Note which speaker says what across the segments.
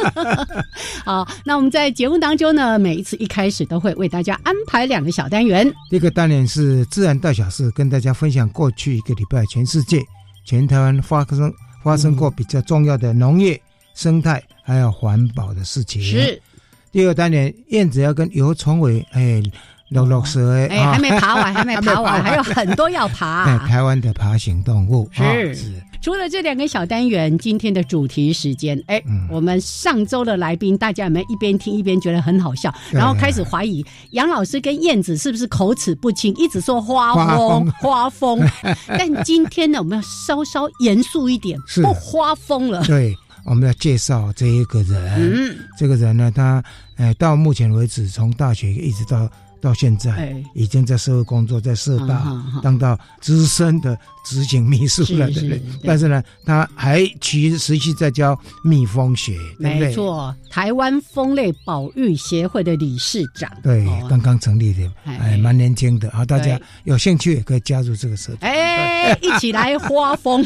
Speaker 1: 好，那我们在节目当中呢，每一次一开始都会为大家安排两个小单元。
Speaker 2: 第一个单元是自然大小事，跟大家分享过去一个礼拜全世界、全台湾发生发生过比较重要的农业、生态还有环保的事情。
Speaker 1: 是，
Speaker 2: 第二单元，燕子要跟游虫伟哎聊聊蛇
Speaker 1: 哎、还没爬完，还没
Speaker 2: 还没
Speaker 1: 爬
Speaker 2: 爬
Speaker 1: 完，
Speaker 2: 完
Speaker 1: 还有很多要
Speaker 2: 哎
Speaker 1: 爬。
Speaker 2: 台湾的爬行动物
Speaker 1: 是
Speaker 2: 啊是
Speaker 1: 除了这两个小单元，今天的主题时间，哎，
Speaker 2: 嗯
Speaker 1: 我们上周的来宾，大家有没有一边听一边觉得很好笑，
Speaker 2: 对
Speaker 1: 然后开始怀疑杨老师跟燕子是不是口齿不清，一直说花风花风。 但今天呢，我们要稍稍严肃一点，
Speaker 2: 是
Speaker 1: 不花风了。
Speaker 2: 对，我们要介绍这一个人。
Speaker 1: 嗯，
Speaker 2: 这个人呢，他呃到目前为止，从大学一直到到现在，
Speaker 1: 哎，
Speaker 2: 已经在社会工作，在社大、
Speaker 1: 嗯哼哼
Speaker 2: 当到资深的执行秘书了对
Speaker 1: 是是
Speaker 2: 不对？
Speaker 1: 对
Speaker 2: 但是呢，他还其实持续在教蜜蜂学，对不对？
Speaker 1: 没，错，台湾蜂类保育协会的理事长。
Speaker 2: 对，
Speaker 1: 哦
Speaker 2: 刚刚成立的，
Speaker 1: 哎
Speaker 2: 哎，蛮年轻的啊。大家
Speaker 1: 对
Speaker 2: 有兴趣也可以加入这个社团。
Speaker 1: 哎，一起来花 风！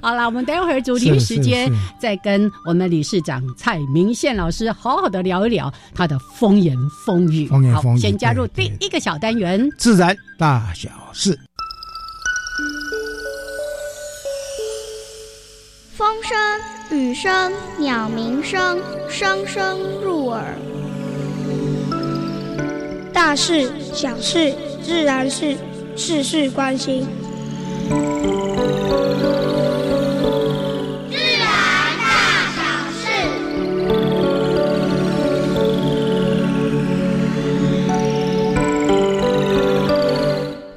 Speaker 1: 好啦，我们待会儿主题时间
Speaker 2: 是是是
Speaker 1: 再跟我们理事长蔡明宪老师好好的聊一聊他的风言风语。
Speaker 2: 风言
Speaker 1: 好
Speaker 2: 风语
Speaker 1: 先加入
Speaker 2: 对
Speaker 1: 第
Speaker 2: 对
Speaker 1: 一个小单元。
Speaker 2: 自然大小事，
Speaker 3: 风声、雨声、鸟鸣声，声声入耳。
Speaker 4: 大事、小事、自然是事事关心。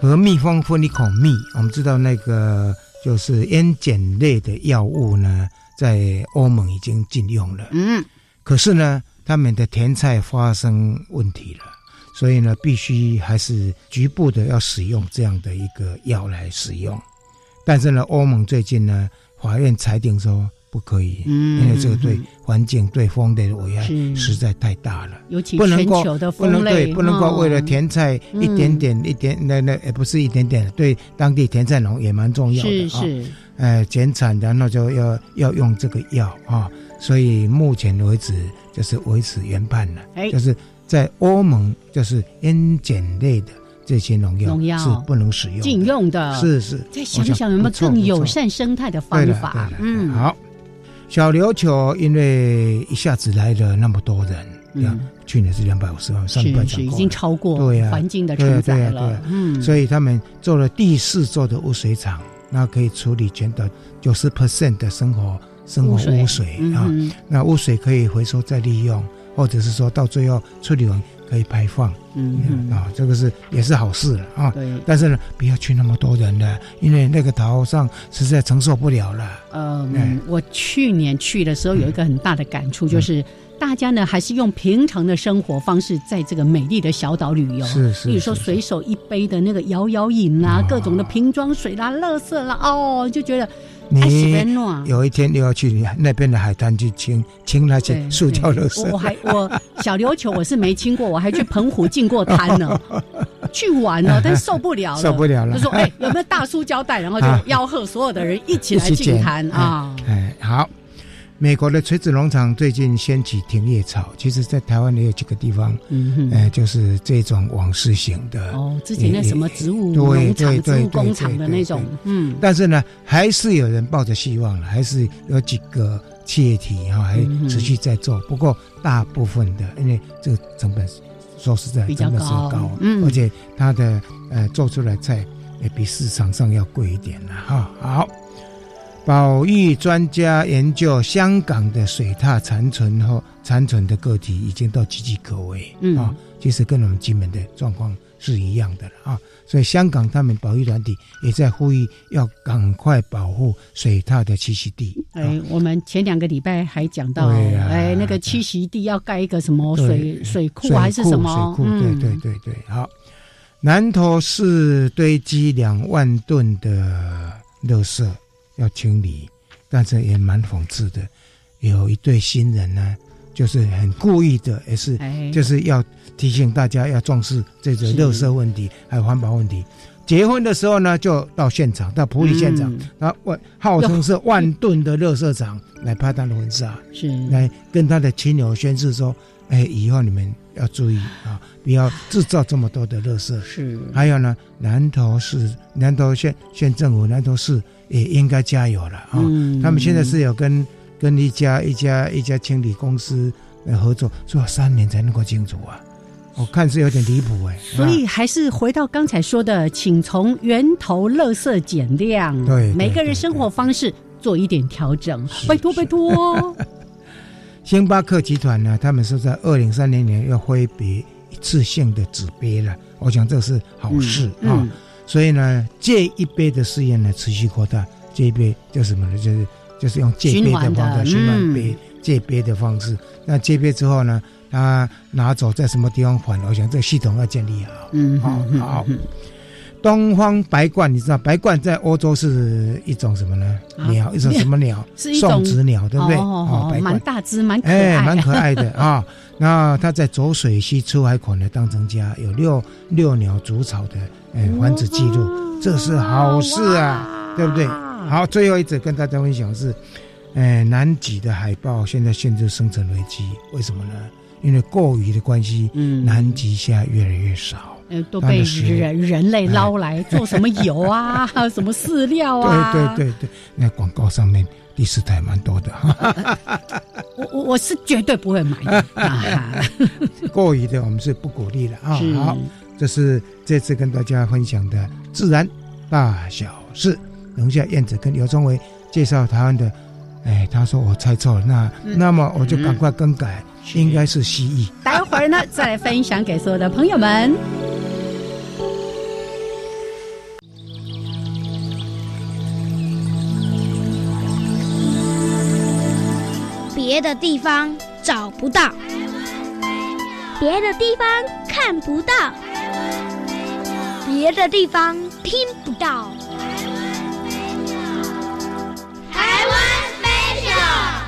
Speaker 2: 和蜜蜂分一口蜜，我们知道那个就是烟碱类的药物呢，在欧盟已经禁用了。
Speaker 1: 嗯，
Speaker 2: 可是呢，他们的甜菜发生问题了，所以呢，必须还是局部的要使用这样的一个药来使用。但是呢，欧盟最近呢，法院裁定说不可以，
Speaker 1: 嗯
Speaker 2: 因为哎这个对环境、对风的危害
Speaker 1: 是
Speaker 2: 实在太大了。
Speaker 1: 尤其
Speaker 2: 不能
Speaker 1: 全
Speaker 2: 够
Speaker 1: 球的
Speaker 2: 不
Speaker 1: 风
Speaker 2: 能
Speaker 1: 类，嗯
Speaker 2: 对，不能
Speaker 1: 哦
Speaker 2: 够为了甜菜一点点一点那那也不是一点点，对当地甜菜农也蛮重要的
Speaker 1: 是
Speaker 2: 啊。
Speaker 1: 是
Speaker 2: 呃减产，然后就要要用这个药啊，所以目前为止就是维持原判了，
Speaker 1: 哎
Speaker 2: 就是在欧盟就是烟碱类的这些农药
Speaker 1: 农药
Speaker 2: 是不能使用的
Speaker 1: 禁，用的。
Speaker 2: 是是，
Speaker 1: 再想想有没有
Speaker 2: 不错
Speaker 1: 更友
Speaker 2: 不错
Speaker 1: 善生态的
Speaker 2: 对
Speaker 1: 方
Speaker 2: 了
Speaker 1: 法
Speaker 2: 对了？
Speaker 1: 嗯，
Speaker 2: 好，小琉球因为一下子来了那么多人，对吧
Speaker 1: 嗯
Speaker 2: 去年是两百五十万，上礼拜
Speaker 1: 是
Speaker 2: 讲
Speaker 1: 是已
Speaker 2: 过
Speaker 1: 经
Speaker 2: 了
Speaker 1: 超过
Speaker 2: 对呀
Speaker 1: 环境的
Speaker 2: 对
Speaker 1: 承
Speaker 2: 呀对
Speaker 1: 载
Speaker 2: 呀对
Speaker 1: 了
Speaker 2: 呀。
Speaker 1: 嗯，
Speaker 2: 所以啊他们做了第四座的污水厂，那可以处理全岛九十 percent 的生活生活
Speaker 1: 污
Speaker 2: 污
Speaker 1: 水
Speaker 2: 水
Speaker 1: 嗯
Speaker 2: 啊。
Speaker 1: 哼
Speaker 2: 那污水可以回收再利用，或者是说到最后处理完可以排放啊、
Speaker 1: 嗯哼，
Speaker 2: 这个是也是好事了啊。
Speaker 1: 对，
Speaker 2: 但是呢，不要去那么多人了，因为那个岛上实在承受不了了。
Speaker 1: 嗯
Speaker 2: 哎，嗯
Speaker 1: 我去年去的时候有一个很大的感触，就是大家呢还是用平常的生活方式，在这个美丽的小岛旅游。
Speaker 2: 是是，
Speaker 1: 比如说
Speaker 2: 是
Speaker 1: 随手一杯的那个摇摇饮啦、
Speaker 2: 啊
Speaker 1: 各种的瓶装水啦、垃圾啦，哦，就觉得哎爱喜
Speaker 2: 你
Speaker 1: 欢暖。
Speaker 2: 有一天又要去你那边的海滩去清清那些
Speaker 1: 对
Speaker 2: 塑胶
Speaker 1: 对
Speaker 2: 垃
Speaker 1: 我我
Speaker 2: 圾，
Speaker 1: 还我小琉球我是没亲过，我还去澎湖进过 滩呢，去玩了，但受不了了，
Speaker 2: 受不了了
Speaker 1: 就说哎、有没有大叔胶带？然后就
Speaker 2: 啊
Speaker 1: 吆喝所有的人一起来
Speaker 2: 一起
Speaker 1: 进
Speaker 2: 捡
Speaker 1: 滩啊。
Speaker 2: 哎，好，美国的垂直农场最近掀起停业潮，其实在台湾也有几个地方，
Speaker 1: 嗯
Speaker 2: 哎，就是这种往事型的。
Speaker 1: 哼，哦，之前那什么植物
Speaker 2: 对
Speaker 1: 农场、
Speaker 2: 对
Speaker 1: 植
Speaker 2: 对
Speaker 1: 物工厂的那种
Speaker 2: 对对，
Speaker 1: 嗯，
Speaker 2: 但是呢，还是有人抱着希望了，还是有几个企业体哈、还
Speaker 1: 嗯哼
Speaker 2: 持续在做。不过大部分的，因为这个成本说实在
Speaker 1: 比较
Speaker 2: 成本是
Speaker 1: 高
Speaker 2: 高，
Speaker 1: 嗯
Speaker 2: 而且它的呃做出来菜也比市场上要贵一点了哈、好，保育专家研究香港的水獭残存后，残存的个体已经到岌岌可危，
Speaker 1: 嗯
Speaker 2: 啊、其实跟我们金门的状况是一样的了啊。所以香港他们保育团体也在呼吁，要赶快保护水獭的栖息地。啊
Speaker 1: 哎，我们前两个礼拜还讲到，
Speaker 2: 对呀
Speaker 1: 哎，那个栖息地要盖一个什么
Speaker 2: 对
Speaker 1: 水水库还是什么？
Speaker 2: 水库，水库对
Speaker 1: 嗯
Speaker 2: 对对对，好。南投市堆积两万吨的垃圾要清理，但是也蛮讽刺的，有一对新人呢，就是很故意的，也是
Speaker 1: 哎，
Speaker 2: 就是要提醒大家要重视这个
Speaker 1: 是
Speaker 2: 垃圾问题，还有环保问题。结婚的时候呢，就到现场，到普里现场，
Speaker 1: 嗯
Speaker 2: 他万号称是万吨的垃圾场来拍他的婚纱，
Speaker 1: 是
Speaker 2: 来跟他的亲友宣誓说：“哎，以后你们要注意啊，不要制造这么多的垃圾。”
Speaker 1: 是，
Speaker 2: 还有呢，南投市、南投县县政府、南投市也应该加油了啊！
Speaker 1: 嗯
Speaker 2: 他们现在是有跟跟一家一家一家清理公司呃合作，做三年才能够清除啊，我看是有点离谱哎。
Speaker 1: 所以还是回到刚才说的，请从源头垃圾减量，
Speaker 2: 对对
Speaker 1: 每个人
Speaker 2: 对
Speaker 1: 生活方式做一点调整，
Speaker 2: 是
Speaker 1: 拜托拜托哦，
Speaker 2: 啊星巴克集团呢，他们说在二零三零年要挥别一次性的纸杯了，我想这是好事啊、
Speaker 1: 嗯嗯
Speaker 2: 所以呢，借一杯的试验呢持续扩大，借一杯叫什么呢？就是就是用借杯的
Speaker 1: 循环
Speaker 2: 方
Speaker 1: 的
Speaker 2: 式循
Speaker 1: 嗯
Speaker 2: 环杯、借杯的方式。那借杯之后呢，他拿走在什么地方还？我想这个系统要建立好。
Speaker 1: 嗯，
Speaker 2: 好
Speaker 1: 嗯
Speaker 2: 好
Speaker 1: 嗯
Speaker 2: 东方白鹳，你知道白鹳在欧洲是一种什么呢？
Speaker 1: 啊
Speaker 2: 鸟，一种什么鸟？
Speaker 1: 是一
Speaker 2: 送
Speaker 1: 种
Speaker 2: 子鸟，对不对？
Speaker 1: 哦，
Speaker 2: 白
Speaker 1: 蛮
Speaker 2: 鹳，
Speaker 1: 大只，蛮可爱，
Speaker 2: 哎，蛮可爱的 啊。那它在浊水溪出海口呢，当成家，有六六鸟筑巢的哎繁殖记录，这是好事啊，对不对？好，最后一则跟大家分享是，哎，南极的海豹现在陷入生存危机，为什么呢？因为过于的关系，
Speaker 1: 嗯
Speaker 2: 南极虾越来越少。
Speaker 1: 呃，都
Speaker 2: 当
Speaker 1: 被
Speaker 2: 然是
Speaker 1: 人人类捞来做什么油 啊，什么饲料啊？
Speaker 2: 对对对对，那广告上面第四台蛮多的哈，
Speaker 1: 我我我是绝对不会买 的。啊、
Speaker 2: 过于的我们是不鼓励了啊。
Speaker 1: 是
Speaker 2: 好，这是这次跟大家分享的自然大小事。等一下，燕子跟刘宗维介绍台湾的，哎，他说我猜错了，那、那么我就赶快更改，应该是蜥蜴。
Speaker 1: 待会儿呢再来分享给所有的朋友们。
Speaker 4: 别的地方找不到。
Speaker 3: 别的地方看不到，别的地方听不到。台湾 special。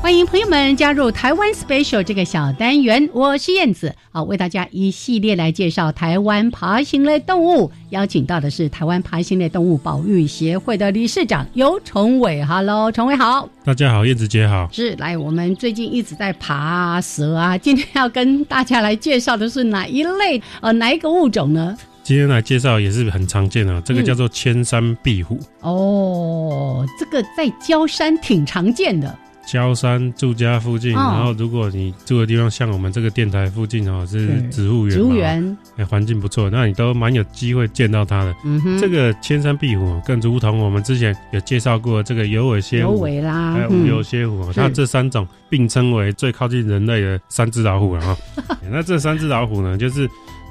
Speaker 1: 欢迎朋友们加入台湾 Special 这个小单元，我是燕子，好为大家一系列来介绍台湾爬行类动物。邀请到的是台湾爬行类动物保育协会的理事长尤崇伟，Hello，崇伟好。
Speaker 5: 大家好，燕子姐好。
Speaker 1: 是，来，我们最近一直在爬啊蛇啊，今天要跟大家来介绍的是哪一类呃哪一个物种呢？
Speaker 5: 今天来介绍也是很常见的，这个
Speaker 1: 嗯
Speaker 5: 叫做千山壁虎。
Speaker 1: 哦，这个在焦山挺常见的，
Speaker 5: 焦山住家附近，
Speaker 1: 哦
Speaker 5: 然后如果你住的地方像我们这个电台附近哦，是
Speaker 1: 对
Speaker 5: 植物园嘛，
Speaker 1: 植物园，
Speaker 5: 哎，环境不错，那你都蛮有机会见到它的。
Speaker 1: 嗯哼，
Speaker 5: 这个千山壁虎更如同我们之前有介绍过这个有尾蝎
Speaker 1: 有
Speaker 5: 虎，
Speaker 1: 尾啦
Speaker 5: 还有，无
Speaker 1: 嗯
Speaker 5: 油蝎虎哦，
Speaker 1: 是
Speaker 5: 它这三种并称为最靠近人类的三只老虎啊了哈。 那这三只老虎呢，就是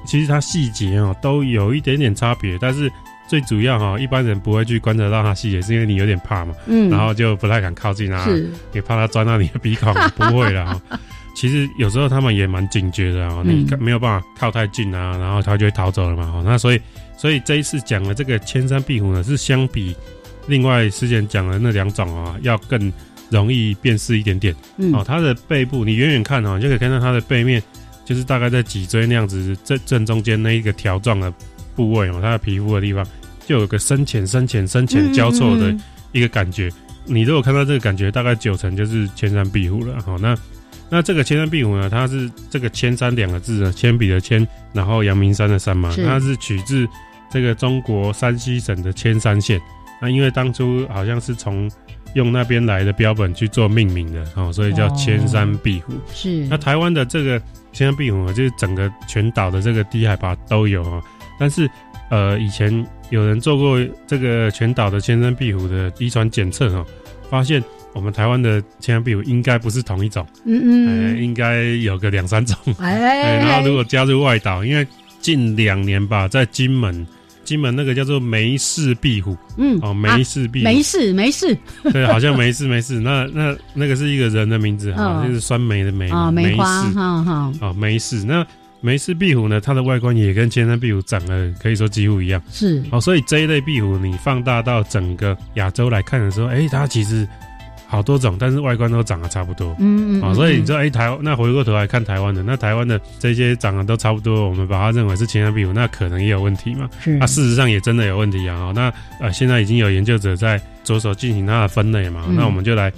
Speaker 5: 其实它细节哦都有一点点差别，但是最主要哈、一般人不会去观察到它细节，是因为你有点怕嘛，
Speaker 1: 嗯
Speaker 5: 然后就不太敢靠近啊，
Speaker 1: 是，
Speaker 5: 也怕它钻到你的鼻孔， 不会啦、哦。其实有时候它们也蛮警觉的哦，你
Speaker 1: 嗯
Speaker 5: 没有办法靠太近啊，然后它就会逃走了嘛。哦，那所以所以这一次讲的这个千山壁虎呢，是相比另外之前讲的那两种啊、要更容易辨识一点点。
Speaker 1: 嗯
Speaker 5: 哦，它的背部你远远看哦，你就可以看到它的背面，就是大概在脊椎那样子正正中间那一个条状的部位哦，它的皮肤的地方就有个深浅、深浅、深浅交错的
Speaker 1: 嗯嗯
Speaker 5: 一个感觉。你如果看到这个感觉，大概九成就是千山壁虎了。好、那那这个千山壁虎呢，它是这个“千山”两个字呢，铅笔的“铅”，然后阳明山的“山”嘛，
Speaker 1: 是
Speaker 5: 它是取自这个中国山西省的铅山县。那因为当初好像是从用那边来的标本去做命名的，哦，所以叫
Speaker 1: 哦
Speaker 5: 千山壁虎。
Speaker 1: 嗯是，
Speaker 5: 那台湾的这个千山壁虎啊，就是整个全岛的这个低海拔都有啊。但是，呃，以前有人做过这个全岛的千山壁虎的遗传检测哦，发现我们台湾的千山壁虎应该不是同一种，呃，
Speaker 1: 嗯嗯，
Speaker 5: 应该有个两三种。哎，
Speaker 1: 哎
Speaker 5: 然后如果加入外岛，因为近两年吧，在金门，金门那个叫做梅氏壁虎
Speaker 1: 嗯
Speaker 5: 哦，
Speaker 1: 啊
Speaker 5: 梅氏壁虎，
Speaker 1: 没事没事
Speaker 5: 对，好像梅氏梅氏，那那那个是一个人的名字，哈、
Speaker 1: 嗯
Speaker 5: 就是酸梅的梅
Speaker 1: 啊，
Speaker 5: 哎梅
Speaker 1: 梅
Speaker 5: 氏。
Speaker 1: 花哈哈，
Speaker 5: 哦，梅氏。那梅氏壁虎呢，它的外观也跟千山壁虎长得可以说几乎一样。
Speaker 1: 是
Speaker 5: 哦，所以这一类壁虎，你放大到整个亚洲来看的时候，哎、它其实好多种，但是外观都长得差不多。
Speaker 1: 嗯嗯
Speaker 5: 哦，
Speaker 1: 嗯，
Speaker 5: 所以
Speaker 1: 嗯
Speaker 5: 你说，哎、台那回过头来看台湾的，那台湾的这些长得都差不多，我们把它认为是千山壁虎，那可能也有问题嘛？
Speaker 1: 是
Speaker 5: 啊，事实上也真的有问题啊。哦那呃，现在已经有研究者在着手进行它的分类嘛，哦
Speaker 1: 嗯
Speaker 5: 那我们就来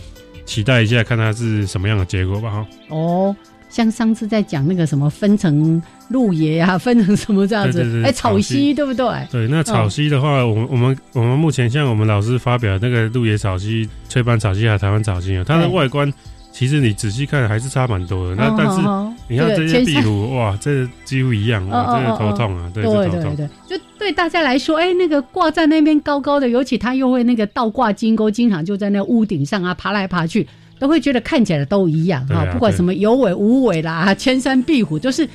Speaker 5: 期待一下，看它是什么样的结果吧。哈、
Speaker 1: 哦，像上次在讲那个什么分成鹿野啊，分成什么这样
Speaker 5: 对对
Speaker 1: 子，
Speaker 5: 对
Speaker 1: 哎，草
Speaker 5: 草
Speaker 1: 溪
Speaker 5: 溪
Speaker 1: 对不对？
Speaker 5: 对，那草
Speaker 1: 嗯
Speaker 5: 溪的话，我们我们我们目前像我们老师发表的那个鹿野草溪、翠斑草溪还有台湾草溪啊，它的
Speaker 1: 对
Speaker 5: 外观其实你仔细看还是差蛮多的。那
Speaker 1: 哦
Speaker 5: 但是
Speaker 1: 哦
Speaker 5: 你看
Speaker 1: 对
Speaker 5: 这些
Speaker 1: 千
Speaker 5: 壁
Speaker 1: 山
Speaker 5: 虎，哇，这几乎一样，
Speaker 1: 哦哦
Speaker 5: 哇，真的
Speaker 1: 哦
Speaker 5: 头
Speaker 1: 哦
Speaker 5: 痛啊，对，
Speaker 1: 对
Speaker 5: 是头
Speaker 1: 对
Speaker 5: 痛。
Speaker 1: 对，就对大家来说，哎，那个挂在那边高高的，尤其他又会那个倒挂金钩，经常就在那屋顶上啊爬来爬去，都会觉得看起来都一样
Speaker 5: 对啊
Speaker 1: 不管
Speaker 5: 对
Speaker 1: 什么有尾无尾啦，千山壁虎，就是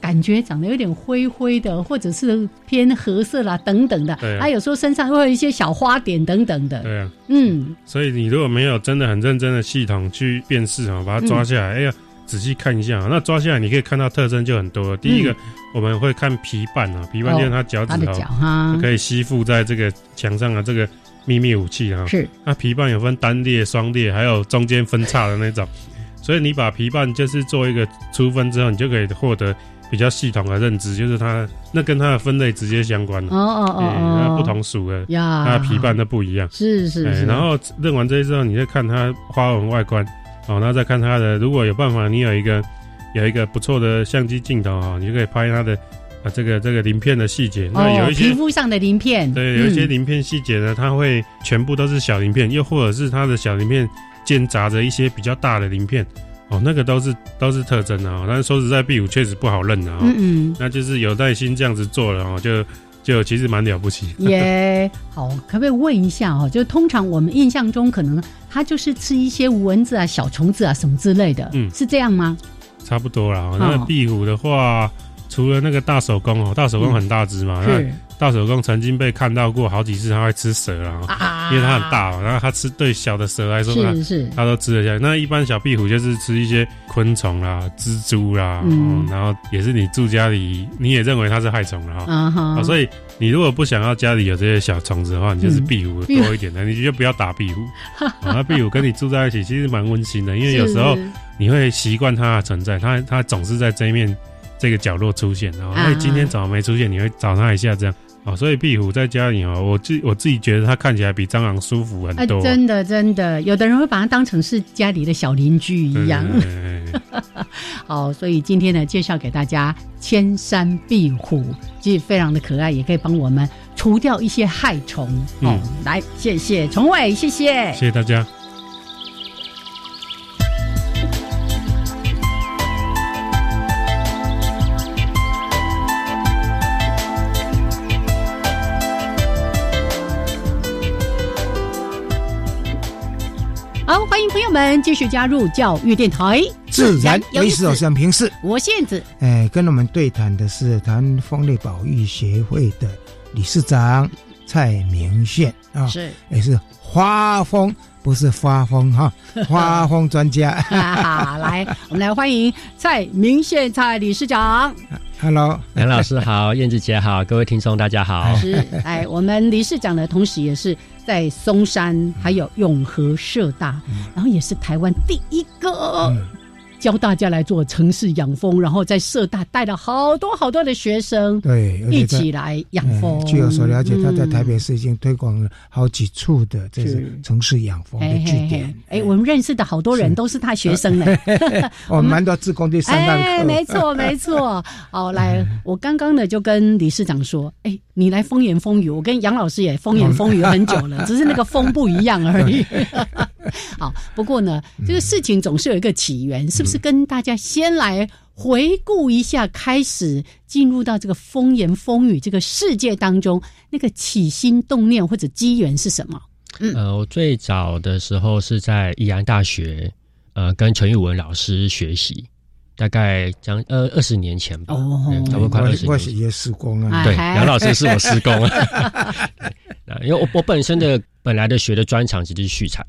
Speaker 1: 感觉长得有点灰灰的，或者是偏褐色啦等等的，
Speaker 5: 对啊
Speaker 1: 啊，有时候身上会有一些小花点等等的，
Speaker 5: 对啊，
Speaker 1: 嗯，
Speaker 5: 所以你如果没有真的很认真的系统去辨识啊，
Speaker 1: 嗯
Speaker 5: 把它抓下来，哎呀，仔细看一下啊。那抓下来你可以看到特征就很多了。第一个
Speaker 1: 嗯，
Speaker 5: 我们会看皮瓣啊，皮瓣就是它脚
Speaker 1: 他
Speaker 5: 趾
Speaker 1: 的
Speaker 5: 头
Speaker 1: 脚嗯哈，
Speaker 5: 可以吸附在这个墙上的这个秘密武器啊。
Speaker 1: 是
Speaker 5: 那皮瓣有分单裂、双裂，还有中间分叉的那 种。所以你把皮瓣就是做一个粗分之后，你就可以获得比较系统的认知，就是它那跟它的分类直接相关了。
Speaker 1: 哦哦哦啊
Speaker 5: 嗯
Speaker 1: 哦，
Speaker 5: 那不同属的，
Speaker 1: 呀，
Speaker 5: 它的皮瓣都不一样。
Speaker 1: 是是
Speaker 5: 哎
Speaker 1: 是，哦
Speaker 5: 然后认完这些之后，你再看它花纹外观，哦，然后再看它的，如果有办法，你有一个有一个不错的相机镜头啊、哦，你就可以拍它的啊这个这个鳞片的细节。那
Speaker 1: 哦
Speaker 5: 有一些
Speaker 1: 皮肤上的鳞片，
Speaker 5: 对，有一些
Speaker 1: 嗯
Speaker 5: 鳞片细节呢，它会全部都是小鳞片，又或者是它的小鳞片间杂着一些比较大的鳞片，哦，那个都是都是特征啊、哦。但是说实在，壁虎确实不好认啊、哦，
Speaker 1: 嗯嗯。
Speaker 5: 那就是有耐心这样子做了哦，就就其实蛮了不起。
Speaker 1: 耶、好，可不可以问一下哦？就通常我们印象中，可能它就是吃一些蚊子啊、小虫子啊什么之类的，
Speaker 5: 嗯
Speaker 1: 是这样吗？
Speaker 5: 差不多啦、哦。
Speaker 1: 哦
Speaker 5: 那壁虎的话，除了那个大手工哦，大手工很大只嘛，
Speaker 1: 嗯是
Speaker 5: 那大手工曾经被看到过好几次，它会吃蛇啦、哦，
Speaker 1: 啊
Speaker 5: 因为它很，大、哦，然后它吃对小的蛇来说，它
Speaker 1: 是是，
Speaker 5: 它都吃得下。那一般小壁虎就是吃一些昆虫啦、蜘蛛啦，
Speaker 1: 嗯
Speaker 5: 哦然后也是你住家里，你也认为它是害虫了哈。
Speaker 1: 啊哈、
Speaker 5: 啊，
Speaker 1: 以
Speaker 5: 所以你如果不想要家里有这些小虫子的话，你就是壁虎
Speaker 1: 壁虎
Speaker 5: 多一点的，你就不要打 壁虎。啊，那壁虎跟你住在一起其实蛮温馨的，因为有时候
Speaker 1: 啊
Speaker 5: 你会习惯它的存在，它它总是在这一面这个角落出现，然后
Speaker 1: 啊
Speaker 5: 哎，今天怎么没出现？你会找它一下这样。啊，所以壁虎在家里哦，我自我自己觉得它看起来比蟑螂舒服很
Speaker 1: 哎、
Speaker 5: 多。
Speaker 1: 真的真的，有的人会把它当成是家里的小邻居一样。
Speaker 5: 对对对对对
Speaker 1: 好好，所以今天呢，介绍给大家千山壁虎，其实非常的可爱，也可以帮我们除掉一些害虫。哦，来，谢谢崇伟，谢谢
Speaker 5: 嗯谢。谢大家。
Speaker 1: 好，欢迎朋友们继续加入教育电台，
Speaker 2: 自然为师有生平事。
Speaker 1: 我现子。
Speaker 2: 哎，跟我们对谈的是台湾风力保育协会的理事长蔡明宪啊，
Speaker 1: 是，。
Speaker 2: 也是花风，不是发疯哈，花风专家
Speaker 1: 哈啊哈，来，我们来欢迎蔡明宪蔡理事长。
Speaker 2: Hello，
Speaker 6: 梁哎老师好，燕子姐好，各位听众大家好。
Speaker 1: 是，哎，我们理事长呢，同时也是在松
Speaker 2: 嗯
Speaker 1: 山还有永和社大，然后也是台湾第一
Speaker 2: 嗯
Speaker 1: 个教大家来做城市养蜂，然后在社大带了好多好多的学生
Speaker 2: 对，而且
Speaker 1: 一
Speaker 2: 在
Speaker 1: 起来养
Speaker 2: 嗯
Speaker 1: 蜂。
Speaker 2: 据我所了解，他在
Speaker 1: 嗯
Speaker 2: 台北市已经推广了好几处的这
Speaker 1: 是
Speaker 2: 种城市养蜂的据点。
Speaker 1: 哎，我们认识的好多人
Speaker 2: 是
Speaker 1: 都是他学生呢。
Speaker 2: 我们哦蛮多志工去上当
Speaker 1: 哎，
Speaker 2: 课，
Speaker 1: 没错，没错。 好，来，我刚刚呢就跟理事长说，哎，你来风言风语，我跟杨老师也风言风语很久了，只是那个风不一样而已。 好，不过呢，这个事情总是有一个起源，是不是跟大家先来回顾一下，开始进入到这个风言风语这个世界当中，那个起心动念或者机缘是什么？
Speaker 6: 呃，我最早的时候是在宜安大学，呃，跟陈玉文老师学习，大概将呃二十年前吧，
Speaker 1: 哦
Speaker 6: 嗯差不多快二十
Speaker 2: 我我
Speaker 6: 年
Speaker 2: 是
Speaker 6: 前。
Speaker 2: 也施工
Speaker 1: 哎
Speaker 2: 啊，
Speaker 6: 对，
Speaker 1: 哎
Speaker 6: 杨老师是我师公。对那因为我我本身的本来的学的专长其实是畜产，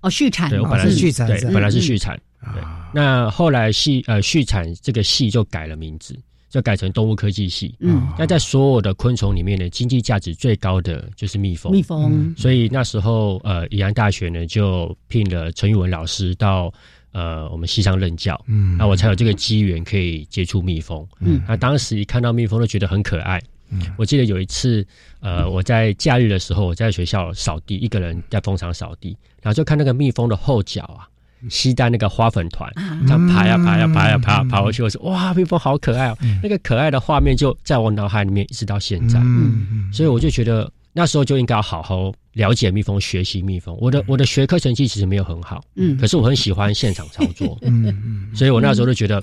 Speaker 1: 哦，续产
Speaker 6: 对 我
Speaker 2: 哦
Speaker 6: 本来
Speaker 2: 是畜产
Speaker 6: 对
Speaker 2: 是吧嗯
Speaker 6: 本来是畜产。对
Speaker 2: 啊，
Speaker 6: 那后来系呃畜产这个系就改了名字，就改成动物科技系。
Speaker 1: 嗯，
Speaker 6: 那在所有的昆虫里面呢，经济价值最高的就是蜜蜂。
Speaker 1: 蜜蜂
Speaker 2: 嗯
Speaker 6: 所以那时候呃，宜安大学呢就聘了陈宇文老师到呃我们西上任教，
Speaker 2: 嗯
Speaker 6: 那我才有这个机缘可以接触蜜蜂。
Speaker 1: 嗯
Speaker 6: 那当时一看到蜜蜂都觉得很可爱。
Speaker 2: 嗯
Speaker 6: 我记得有一次，呃，我在假日的时候，我在学校扫地，一个人在蜂场扫地，然后就看那个蜜蜂的后脚啊，吸带那个花粉团，
Speaker 1: 啊
Speaker 6: 这样爬呀爬呀爬呀爬
Speaker 2: 嗯
Speaker 6: 爬回去，我说哇，蜜蜂好可爱哦！那个可爱的画面就在我脑海里面一直到现在。
Speaker 2: 嗯，
Speaker 6: 所以我就觉得那时候就应该要好好了解蜜蜂，学习蜜蜂。我的我的学科成绩其实没有很好，
Speaker 1: 嗯
Speaker 6: 可是我很喜欢现场操作
Speaker 2: 嗯嗯
Speaker 6: 所以我那时候就觉得，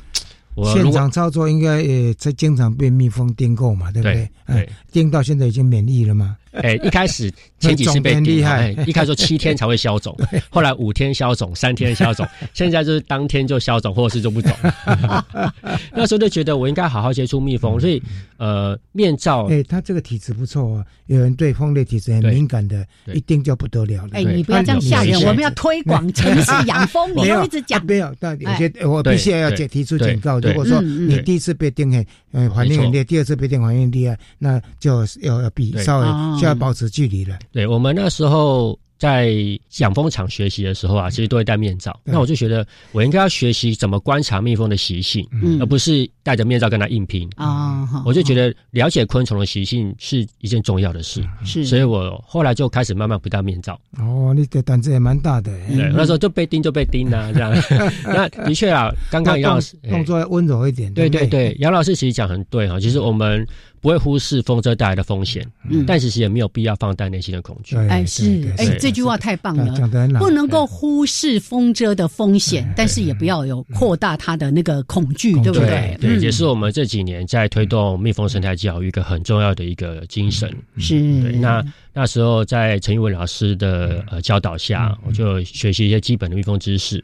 Speaker 6: 我如
Speaker 2: 现
Speaker 6: 果
Speaker 2: 场操作应该也在经常被蜜蜂叮过嘛，对不
Speaker 6: 对
Speaker 2: 对？
Speaker 6: 对
Speaker 2: 嗯，，叮到现在已经免疫了嘛。
Speaker 6: 哎，一开始前几次被
Speaker 2: 那种更
Speaker 6: 叮
Speaker 2: 厉
Speaker 6: 到，
Speaker 2: 害
Speaker 6: 哎，一开始说七天才会 消肿，后来五天消肿，三天消肿，现在就是当天就消肿，或者是就 不肿。那时候就觉得我应该好好接触蜜蜂，所以呃，面罩
Speaker 2: 哎，他这个体质不错啊，有人对蜂类体质很
Speaker 6: 对
Speaker 2: 敏感的，
Speaker 6: 对
Speaker 2: 一叮就不得了了
Speaker 1: 哎，。你不要这样吓人，我们要
Speaker 2: 哎
Speaker 1: 推广城市养 蜂，你
Speaker 2: 没
Speaker 1: 又
Speaker 2: 有
Speaker 1: 一直讲哎
Speaker 2: 啊。没有，但有些我必须要
Speaker 6: 对
Speaker 2: 解提出
Speaker 6: 对
Speaker 2: 警告。
Speaker 6: 对
Speaker 2: 如果说
Speaker 1: 嗯嗯
Speaker 2: 你第一次被叮很，呃，反应很烈；第二次被叮反应厉害，那就要要比
Speaker 6: 对
Speaker 2: 稍
Speaker 1: 哦
Speaker 2: 微就要保持距离了。
Speaker 6: 对我们那时候在养蜂场学习的时候啊，其实都会戴面罩。
Speaker 2: 嗯对
Speaker 6: 那我就觉得我应该要学习怎么观察蜜蜂的习性，
Speaker 1: 嗯
Speaker 6: 而不是戴着面罩跟它硬拼。
Speaker 1: 啊，
Speaker 2: 哦
Speaker 1: 好
Speaker 6: 我就觉得了解昆虫的习性是一件重要的事，
Speaker 2: 嗯
Speaker 1: 是，
Speaker 6: 所以我后来就开始慢慢不戴面罩。
Speaker 2: 哦，你的胆子也蛮大的。哎
Speaker 6: 对，那时候就被叮就被叮啊，这 样。那的确啊，刚刚杨
Speaker 2: 那
Speaker 6: 老
Speaker 2: 动
Speaker 6: 师哎
Speaker 2: 动作要温柔一点。
Speaker 6: 对
Speaker 2: 不
Speaker 6: 对对，杨老师其实讲很对哈，其实我们不会忽视风车带来的风险，
Speaker 1: 嗯
Speaker 6: 但其实也没有必要放大内心的恐惧。
Speaker 2: 对，
Speaker 1: 哎
Speaker 2: 对
Speaker 1: 是
Speaker 2: 对
Speaker 1: 哎
Speaker 2: 是
Speaker 1: 这句话太棒
Speaker 2: 啊
Speaker 1: 了
Speaker 2: 讲。得很好
Speaker 1: 不。能够忽视风遮的风险，但是也不要有扩大它的那个恐惧，
Speaker 2: 恐
Speaker 1: 对
Speaker 2: 惧
Speaker 1: 不对？
Speaker 6: 对，也
Speaker 1: 嗯
Speaker 6: 是我们这几年在推动蜜蜂生态教育一个很重要的一个精神。对，
Speaker 2: 嗯
Speaker 1: 是
Speaker 6: 那那时候在陈玉文老师的呃教导下，
Speaker 2: 嗯
Speaker 6: 我就学习一些基本的蜜蜂知识。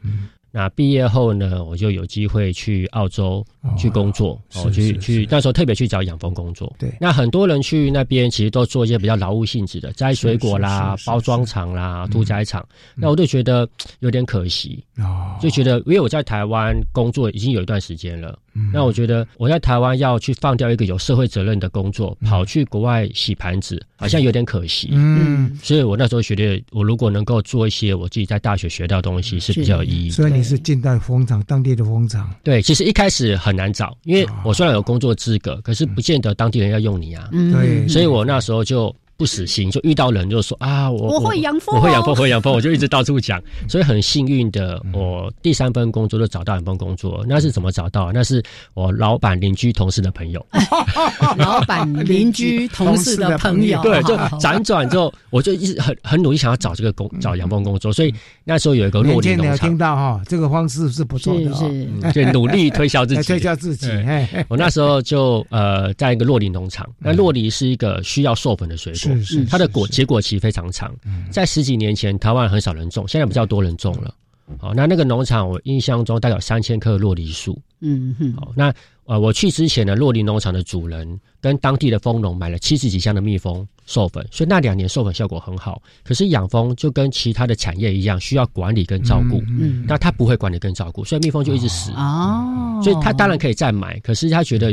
Speaker 6: 那毕业后呢，我就有机会去澳洲
Speaker 2: 哦
Speaker 6: 去工作，哦，
Speaker 2: 是
Speaker 6: 去
Speaker 2: 是
Speaker 6: 去
Speaker 2: 是
Speaker 6: 那时候特别去找养蜂工作。
Speaker 2: 对
Speaker 6: 那很多人去那边其实都做一些比较劳务性质的，摘水果啦
Speaker 2: 是是、是嗯
Speaker 6: 包装厂啦、屠宰场。那我就觉得有点可惜，
Speaker 2: 哦，
Speaker 6: 就觉得，因为我在台湾工作已经有一段时间了，
Speaker 2: 嗯
Speaker 6: 那我觉得我在台湾要去放掉一个有社会责任的工作，跑去国外洗盘子，好像有点可惜。
Speaker 2: 嗯，
Speaker 6: 所以我那时候觉得，我如果能够做一些我自己在大学学到的东西是比较有意义的。
Speaker 2: 所以你是近代蜂场当地的蜂场，
Speaker 6: 对，其实一开始很难找，因为我虽然有工作资格，可是不见得当地人要用你啊。
Speaker 1: 嗯
Speaker 2: 对
Speaker 6: 所以我那时候就不死心，就遇到人就说啊，我
Speaker 1: 我会养蜂
Speaker 6: 我会养
Speaker 1: 哦
Speaker 6: 蜂，我会养蜂，我就一直到处讲。
Speaker 2: 嗯
Speaker 6: 所以很幸运的，我第三份工作就找到一份工作，那是怎么找到？那是我老板、邻居、同事的朋友。
Speaker 1: 老板、 邻居、同事的朋友，
Speaker 6: 对， 就
Speaker 1: 好好
Speaker 6: 辗转之后，我就一直很很努力想要找这个工找养蜂工作，所以那时候有一个
Speaker 2: 嗯年
Speaker 6: 落地
Speaker 2: 轻人
Speaker 6: 农
Speaker 2: 有听
Speaker 6: 场，
Speaker 2: 到哈，这个方式是不错的
Speaker 1: 是
Speaker 2: 哦，
Speaker 1: 是，
Speaker 6: 对，努力推销自
Speaker 2: 来
Speaker 6: 己
Speaker 2: 推。销自己，
Speaker 6: 对
Speaker 2: 哎，嘿
Speaker 6: 我那时候就呃，在一个洛梨农场，那洛梨是一个需要授粉的水果
Speaker 2: 嗯是，是，
Speaker 6: 嗯它的果
Speaker 2: 是
Speaker 6: 结果期非常长，在十几年前台湾很少人种，现在比较多人种了。好，那那个农场我印象中大概有三千棵洛梨树。
Speaker 1: 嗯哼，
Speaker 6: 好，那呃我去之前呢，洛梨农场的主人跟当地的蜂农买了七十几箱的蜜蜂授粉，所以那两年授粉效果很好。可是养蜂就跟其他的产业一样，需要管理跟照顾。
Speaker 1: 嗯
Speaker 6: 那他不会管理跟照顾，所以蜜蜂就一直死。
Speaker 1: 哦，嗯
Speaker 6: 所以他当然可以再买，可是他觉得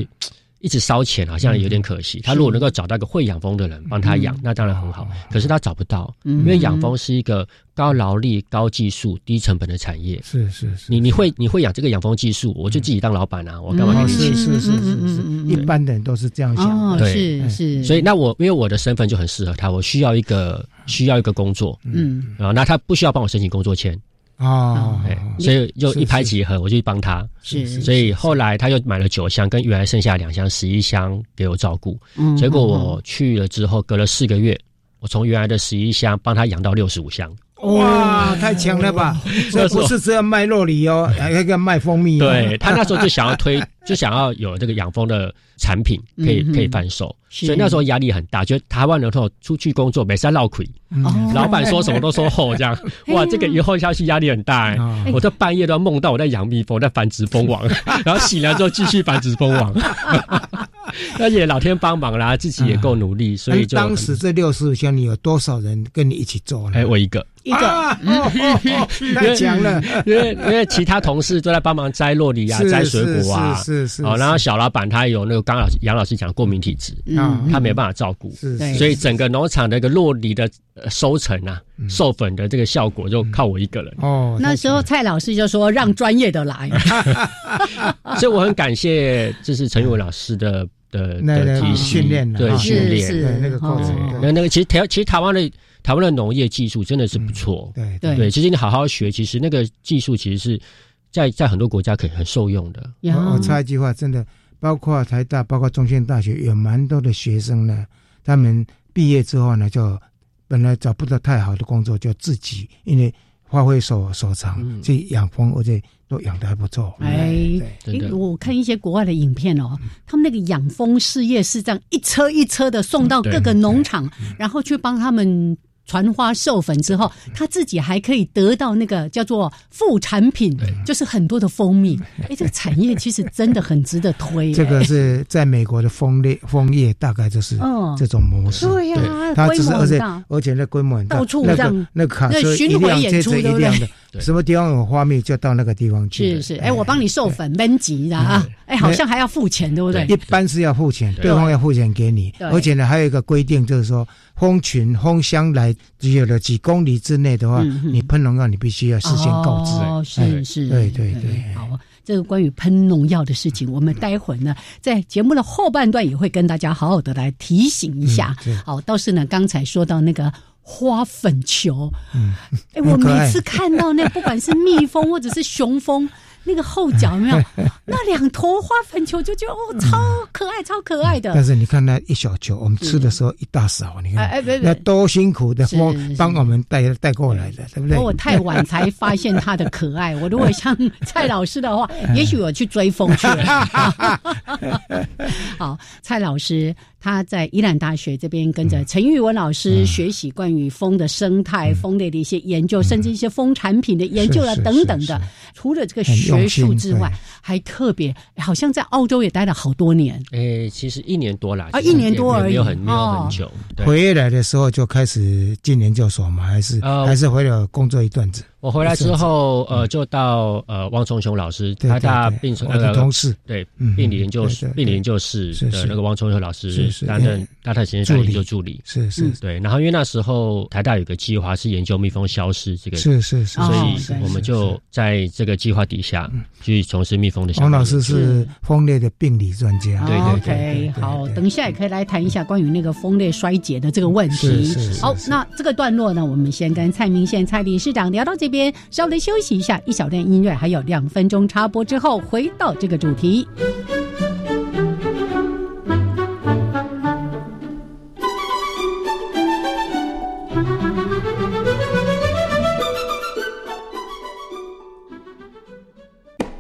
Speaker 6: 一直烧钱好像有点可惜。他如果能够找到一个会养蜂的人帮他养，那当然很好。可是他找不到，
Speaker 1: 嗯
Speaker 6: 因为养蜂是一个高劳力、高技术、低成本的产业。
Speaker 2: 是是是，
Speaker 6: 你你会你会养这个养蜂技术，我就自己当老板啊，
Speaker 1: 嗯
Speaker 6: 我干嘛
Speaker 2: 哦
Speaker 6: 给你
Speaker 2: 是
Speaker 6: 钱？
Speaker 2: 是是是是
Speaker 1: 嗯嗯嗯嗯嗯，
Speaker 2: 一般的人都是这样想
Speaker 1: 哦
Speaker 2: 的，，
Speaker 6: 对
Speaker 1: 是是，
Speaker 6: 所以那我因为我的身份就很适合他，我需要一个需要一个工作
Speaker 1: 嗯，
Speaker 6: 啊，那他不需要帮我申请工作签，
Speaker 2: 哦
Speaker 6: 哎，所以就一拍即合，我就去帮他。
Speaker 1: 是，
Speaker 6: 所以后来他又买了九箱，跟原来剩下两箱十一箱给我照顾。
Speaker 1: 嗯
Speaker 6: 结果我去了之后，隔了四个月，我从原来的十一箱帮他养到六十五 箱。
Speaker 2: 哇，太强了 吧！所以不是只要卖洛梨哦，还有一个卖蜂蜜哦，
Speaker 6: 对他那时候就想要推， 就想要有这个养蜂的产品可以
Speaker 1: 嗯哼
Speaker 6: 可以贩售，
Speaker 1: 是
Speaker 6: 所以那时候压力很大，觉得台湾人头出去工作没事 闹鬼，
Speaker 2: 嗯
Speaker 1: 哦
Speaker 6: 老板说什么都说后这 样，哇，这个以后下去压力很大哎、
Speaker 1: 哦
Speaker 2: 啊，
Speaker 6: 我在半夜都梦到我在养蜜蜂，在繁殖蜂 王，然后醒来之后继续繁殖蜂王，那也老天帮忙啦，自己也够努力，所以就
Speaker 1: 哎
Speaker 2: 当时这六十五箱，你有多少人跟你一起做呢？
Speaker 6: 哎，我一嗯个，
Speaker 2: 一个，哦哦 哦太强了，
Speaker 6: 因为因为其他同事都在帮忙摘洛梨啊，
Speaker 2: 是
Speaker 6: 摘水果啊，
Speaker 2: 是是是，
Speaker 6: 好，然后小老板他有那个刚刚老师杨老师讲的过敏体质，
Speaker 2: 嗯
Speaker 6: 啊他没办法照顾，
Speaker 2: 是，
Speaker 1: 对
Speaker 2: 是
Speaker 6: 所以整个农场的一个落梨的呃收成啊、
Speaker 2: 嗯
Speaker 6: 授粉的这个效果就靠我一个人，
Speaker 2: 哦，
Speaker 1: 那时候蔡老师就说让专业 的来，
Speaker 6: 啊
Speaker 2: 嗯
Speaker 6: 所以我很感谢就是陈玉文老师的的
Speaker 2: 那
Speaker 6: 的
Speaker 2: 那
Speaker 6: 提醒
Speaker 2: 训练了
Speaker 6: 对
Speaker 2: 啊
Speaker 6: 训
Speaker 1: 是
Speaker 6: 练，
Speaker 1: 是
Speaker 2: 对那个过程
Speaker 1: 哦
Speaker 6: 那那个其实台其实台湾的台湾的农业技术真的是不错，
Speaker 2: 嗯对
Speaker 1: 对
Speaker 6: 对，其实你好好学，其实那个技术其实是在在很多国家可以很受用的，
Speaker 1: 呀
Speaker 2: 我我哦插一句话，真的，包括台大，包括中兴大学，有蛮多的学生呢，他们毕业之后呢，就本来找不到太好的工作，就自己因为发挥所所长、
Speaker 6: 嗯
Speaker 2: 去养蜂，而且都养的还不错。
Speaker 1: 哎
Speaker 2: 对，
Speaker 6: 真的
Speaker 1: 诶。我看一些国外的影片哦，
Speaker 6: 嗯
Speaker 1: 他们那个养蜂事业是这样一车一车的送到各个农场，然后去帮他们传花授粉之后，他自己还可以得到那个叫做副产品，就是很多的蜂蜜。哎，这个产业其实真的很值得推。
Speaker 2: 这个是在美国的蜂业，蜂业大概就是
Speaker 1: 嗯
Speaker 2: 这种模式。
Speaker 1: 对呀，
Speaker 2: 它
Speaker 1: 规
Speaker 2: 只是
Speaker 1: 模
Speaker 2: 而
Speaker 1: 很
Speaker 2: 且
Speaker 1: 大。
Speaker 2: 而且那规模很大，
Speaker 1: 到处
Speaker 2: 那
Speaker 1: 这
Speaker 2: 个
Speaker 1: 样
Speaker 2: 那卡
Speaker 1: 那
Speaker 2: 车一
Speaker 1: 巡回
Speaker 2: 辆
Speaker 1: 演
Speaker 2: 接
Speaker 1: 出
Speaker 2: 着一
Speaker 1: 对不对
Speaker 2: 辆的，
Speaker 6: 对
Speaker 2: 什么地方有花蜜就到那个地方去
Speaker 1: 是
Speaker 2: 的。
Speaker 1: 是，哎，我帮你授粉闷集的啊，哎，好像还要付钱，对不对？
Speaker 2: 一般是要付钱，
Speaker 6: 对
Speaker 2: 对方要付钱给你，
Speaker 1: 对
Speaker 2: 而且呢，还有一个规定就是说，蜂群蜂箱来只有了几公里之内的话，
Speaker 1: 嗯嗯
Speaker 2: 你喷农药你必须要事先告知。
Speaker 1: 哦，
Speaker 2: 哎
Speaker 1: 是是，
Speaker 2: 对对对
Speaker 1: 好，啊这个关于喷农药的事情，我们待会儿呢，在节目的后半段也会跟大家好好的来提醒一下。
Speaker 2: 嗯是
Speaker 1: 好，倒是呢，刚才说到那个。花粉球， 哎、我
Speaker 2: 嗯很可爱
Speaker 1: 每次看到那不管是蜜蜂或者是雄蜂，那个后脚有 没有那两坨花粉球，就觉得哦，超可爱，超可爱的。
Speaker 2: 但是你看那一小球，我们吃的时候一大勺，你看
Speaker 1: 哎哎，不
Speaker 2: 那
Speaker 1: 不，
Speaker 2: 多辛苦的
Speaker 1: 是
Speaker 2: 蜂
Speaker 1: 是
Speaker 2: 帮我们带带过来的，对不对？
Speaker 1: 哦我太晚才发现它的可爱。我如果像蔡老 师的话，
Speaker 2: 哎
Speaker 1: 也许我去追风去了。好，蔡老师他在宜兰大学这边跟着
Speaker 2: 嗯
Speaker 1: 陈玉文老师学习关于风的生态、风类的一些研究，甚至一些风产品的研究了
Speaker 2: 嗯是是
Speaker 1: 等等
Speaker 2: 是
Speaker 1: 的
Speaker 2: 是。
Speaker 1: 除了这个
Speaker 2: 很用
Speaker 1: 学术
Speaker 2: 心
Speaker 1: 之外
Speaker 2: 对，
Speaker 1: 还特别好像在澳洲也待了好多年。
Speaker 6: 哎，其实一年多啦，
Speaker 1: 啊
Speaker 6: 其实
Speaker 1: 一年多
Speaker 6: 也
Speaker 1: 而已
Speaker 6: 没有很没有
Speaker 1: 哦
Speaker 6: 很久，对。
Speaker 2: 回来的时候就开始进研究所嘛，还是
Speaker 6: 呃
Speaker 2: 还是回来工作一段子。嗯
Speaker 6: 我回来之后，呃，就到呃汪崇雄老师，他大
Speaker 2: 对对
Speaker 6: 病
Speaker 2: 对我的同事
Speaker 6: 对
Speaker 2: 嗯
Speaker 6: 病理研究
Speaker 2: 对对对
Speaker 6: 病理研究室
Speaker 2: 是
Speaker 6: 的
Speaker 2: 是
Speaker 6: 那个汪崇雄老
Speaker 2: 是
Speaker 6: 师
Speaker 2: 是
Speaker 6: 担任大太实验室
Speaker 2: 助
Speaker 6: 的
Speaker 2: 理
Speaker 6: 研究助理。
Speaker 2: 是是
Speaker 1: 嗯
Speaker 6: 对，然后因为那时候台大有个计划是研究蜜蜂消失这个，
Speaker 2: 是是是，
Speaker 1: 哦
Speaker 6: 所以
Speaker 2: 是
Speaker 6: 我们
Speaker 2: 是
Speaker 6: 就是在这个计划底下去从事蜜蜂的
Speaker 2: 嗯
Speaker 6: 消
Speaker 2: 王
Speaker 6: 灭
Speaker 2: 老师是蜂类的病理专家，
Speaker 6: 对对对
Speaker 1: 啊 OK，好，等一下也可以来谈一下关于那个风力衰竭的这个问
Speaker 2: 是
Speaker 1: 题
Speaker 2: 是。是
Speaker 1: 好，
Speaker 2: 是
Speaker 1: 那这个段落呢，我们先跟蔡明宪蔡理事长聊到这边，稍微休息一下，一小段音乐，还有两分钟插播之后，回到这个主题。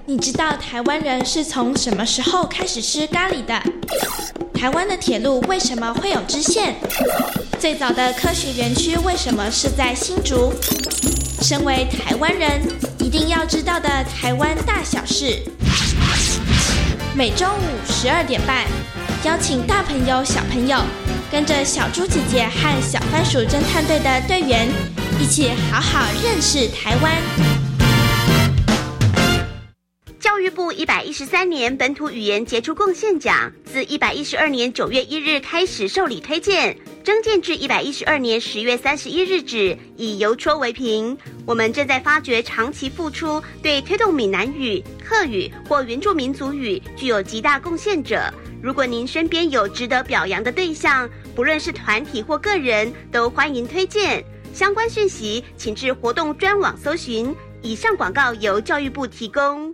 Speaker 4: 你知道台湾人是从什么时候开始吃咖喱的？台湾的铁路为什么会有支线？最早的科学园区为什么是在新竹？身为台湾人，一定要知道的台湾大小事。每周五十二点半，邀请大朋友、小朋友，跟着小猪姐姐和小番薯侦探队的队员，一起好好认识台湾。
Speaker 7: 教育部一百一十三年本土语言杰出贡献奖自一百一十二年九月一日开始受理推荐，征件至一百一十二年十月三十一日止，以邮戳为凭。我们正在发掘长期付出对推动闽南语、客语或原住民族语具有极大贡献者。如果您身边有值得表扬的对象，不论是团体或个人，都欢迎推荐。相关讯息请至活动专网搜寻。以上广告由教育部提供。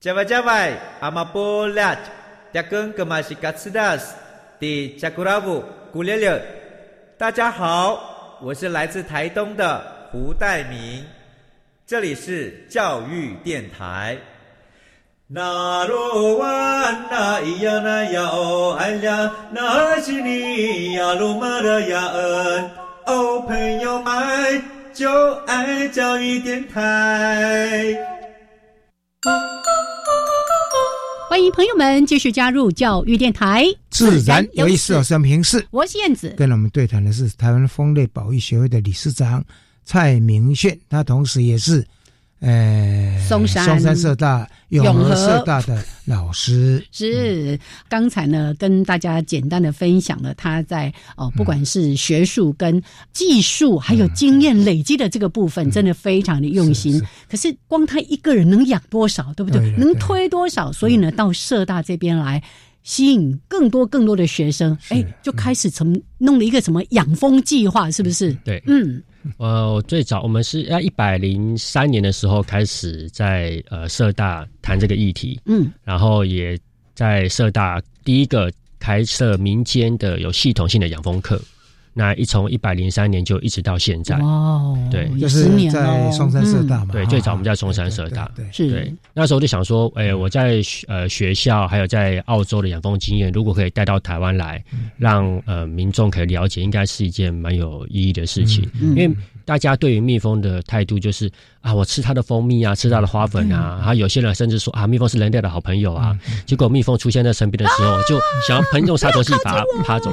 Speaker 8: Java Java Amapolat Dakun Kamashikatsudas Di Jakuravu Gulele。大家好，我是来自台东的胡代明，这里是教育电台。那罗哇那咿呀那呀哦哎呀，那是你呀鲁玛的呀恩哦，朋友们就爱教育电台。
Speaker 1: 欢迎朋友们继续加入教育电台，
Speaker 2: 自然有意思。我是平视，
Speaker 1: 我是燕子。
Speaker 2: 跟我们对谈的是台湾蜂类保育协会的理事长蔡明宪，他同时也是呃
Speaker 1: 松山
Speaker 2: 松山社大永和社大的老师。嗯
Speaker 1: 是，刚才呢跟大家简单的分享了他在
Speaker 2: 嗯
Speaker 1: 哦，不管是学术跟技术，还有经验累积的这个部分，真的非常的用
Speaker 2: 嗯
Speaker 1: 心。
Speaker 2: 是是
Speaker 1: 可是光他一个人能养多少，对不对？
Speaker 2: 对对嗯
Speaker 1: 能推多少？所以呢，到社大这边来。吸引更多更多的学生，哎，
Speaker 2: 嗯
Speaker 1: 就开始成弄了一个什么养蜂计划，是不是？
Speaker 6: 对，
Speaker 1: 嗯，
Speaker 6: 呃，我最早我们是在一百零三年的时候开始在呃社大谈这个议题，
Speaker 1: 嗯，
Speaker 6: 然后也在社大第一个开设民间的有系统性的养蜂课，那一从一百零三年就一直到现在
Speaker 1: 哇，哦，
Speaker 6: 对
Speaker 1: 有
Speaker 2: 就
Speaker 1: 十
Speaker 2: 是
Speaker 1: 年嗯
Speaker 2: 在
Speaker 1: 咯
Speaker 2: 松山社大
Speaker 1: 嗯
Speaker 2: 嘛，
Speaker 6: 对
Speaker 2: 哈
Speaker 6: 最早我们叫松山社大
Speaker 2: 对，对对
Speaker 1: 是
Speaker 6: 对，那时候就想说，哎、我在学呃学校还有在澳洲的养蜂经验，如果可以带到台湾来，让呃民众可以了解，应该是一件蛮有意义的事情。
Speaker 1: 嗯
Speaker 6: 因为大家对于蜜蜂的态度就是啊，我吃它的蜂蜜啊，吃它的花粉啊，然后有些人甚至说啊，蜜蜂是人类的好朋友啊。结果蜜蜂出现在身边的时候，就想要喷用杀虫剂把它爬走，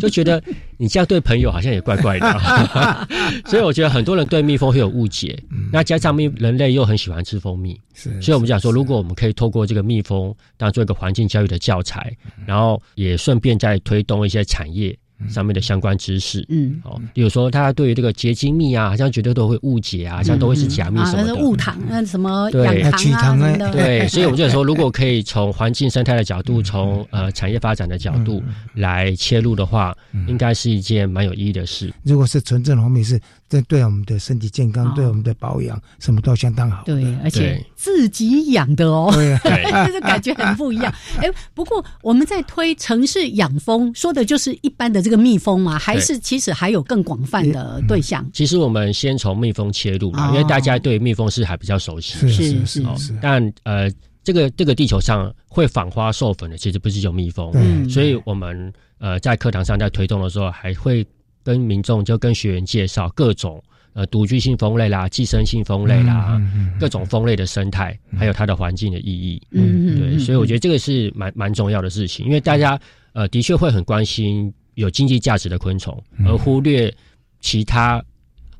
Speaker 6: 就觉得你这样对朋友好像也怪怪的。啊所以我觉得很多人对蜜蜂会有误解。
Speaker 2: 嗯
Speaker 6: 那加上蜜人类又很喜欢吃蜂蜜，
Speaker 2: 是
Speaker 6: 所以我们讲说，如果我们可以透过这个蜜蜂当做一个环境教育的教材，
Speaker 2: 嗯
Speaker 6: 然后也顺便再推动一些产业上面的相关知识。
Speaker 1: 嗯，
Speaker 6: 哦，例如说，大家对于这个结晶蜜啊，好像觉得都会误解
Speaker 2: 嗯
Speaker 6: 啊，好像都会是假蜜什
Speaker 1: 啊，那
Speaker 6: 么
Speaker 1: 是
Speaker 6: 的。
Speaker 1: 误糖，那什么
Speaker 6: 对
Speaker 1: 养
Speaker 2: 啊取糖
Speaker 1: 糖啊什么
Speaker 2: 哎
Speaker 1: 的，
Speaker 6: 对，所以我们就说，如果可以从环境生态的 角度，从呃产业发展的角
Speaker 2: 嗯
Speaker 6: 度来切入的话，应该是一件蛮有意义的事。
Speaker 2: 如果是纯正红米是这对我们的身体健康、
Speaker 1: 哦
Speaker 2: 对我们的保养，什么都相当好。
Speaker 1: 对，而且自己养的 哦，
Speaker 2: 对
Speaker 1: 就是感觉很不一样。哎，不过我们在推城市养蜂，说的就是一般的这个蜜蜂嘛，还是其实还有更广泛的对象？
Speaker 6: 其实我们先从蜜蜂切入啦，
Speaker 1: 哦
Speaker 6: 因为大家对蜜蜂是还比较熟悉的。
Speaker 1: 是是是
Speaker 6: 哦
Speaker 1: 是
Speaker 6: 但呃，这个这个地球上会访花授粉的，其实不是只有蜜蜂。
Speaker 2: 嗯
Speaker 6: 所以我们呃在课堂上在推动的时候，还会跟民众就跟学员介绍各种呃独居性蜂类啦、寄生性蜂类
Speaker 1: 啊
Speaker 6: 啦，
Speaker 2: 嗯
Speaker 6: 各种蜂类的生态，还有它的环境的意义。
Speaker 1: 嗯嗯
Speaker 6: 对，
Speaker 1: 嗯
Speaker 6: 所以我觉得这个是蛮蛮重要的事情，因为大家呃的确会很关心有经济价值的昆虫，而忽略其他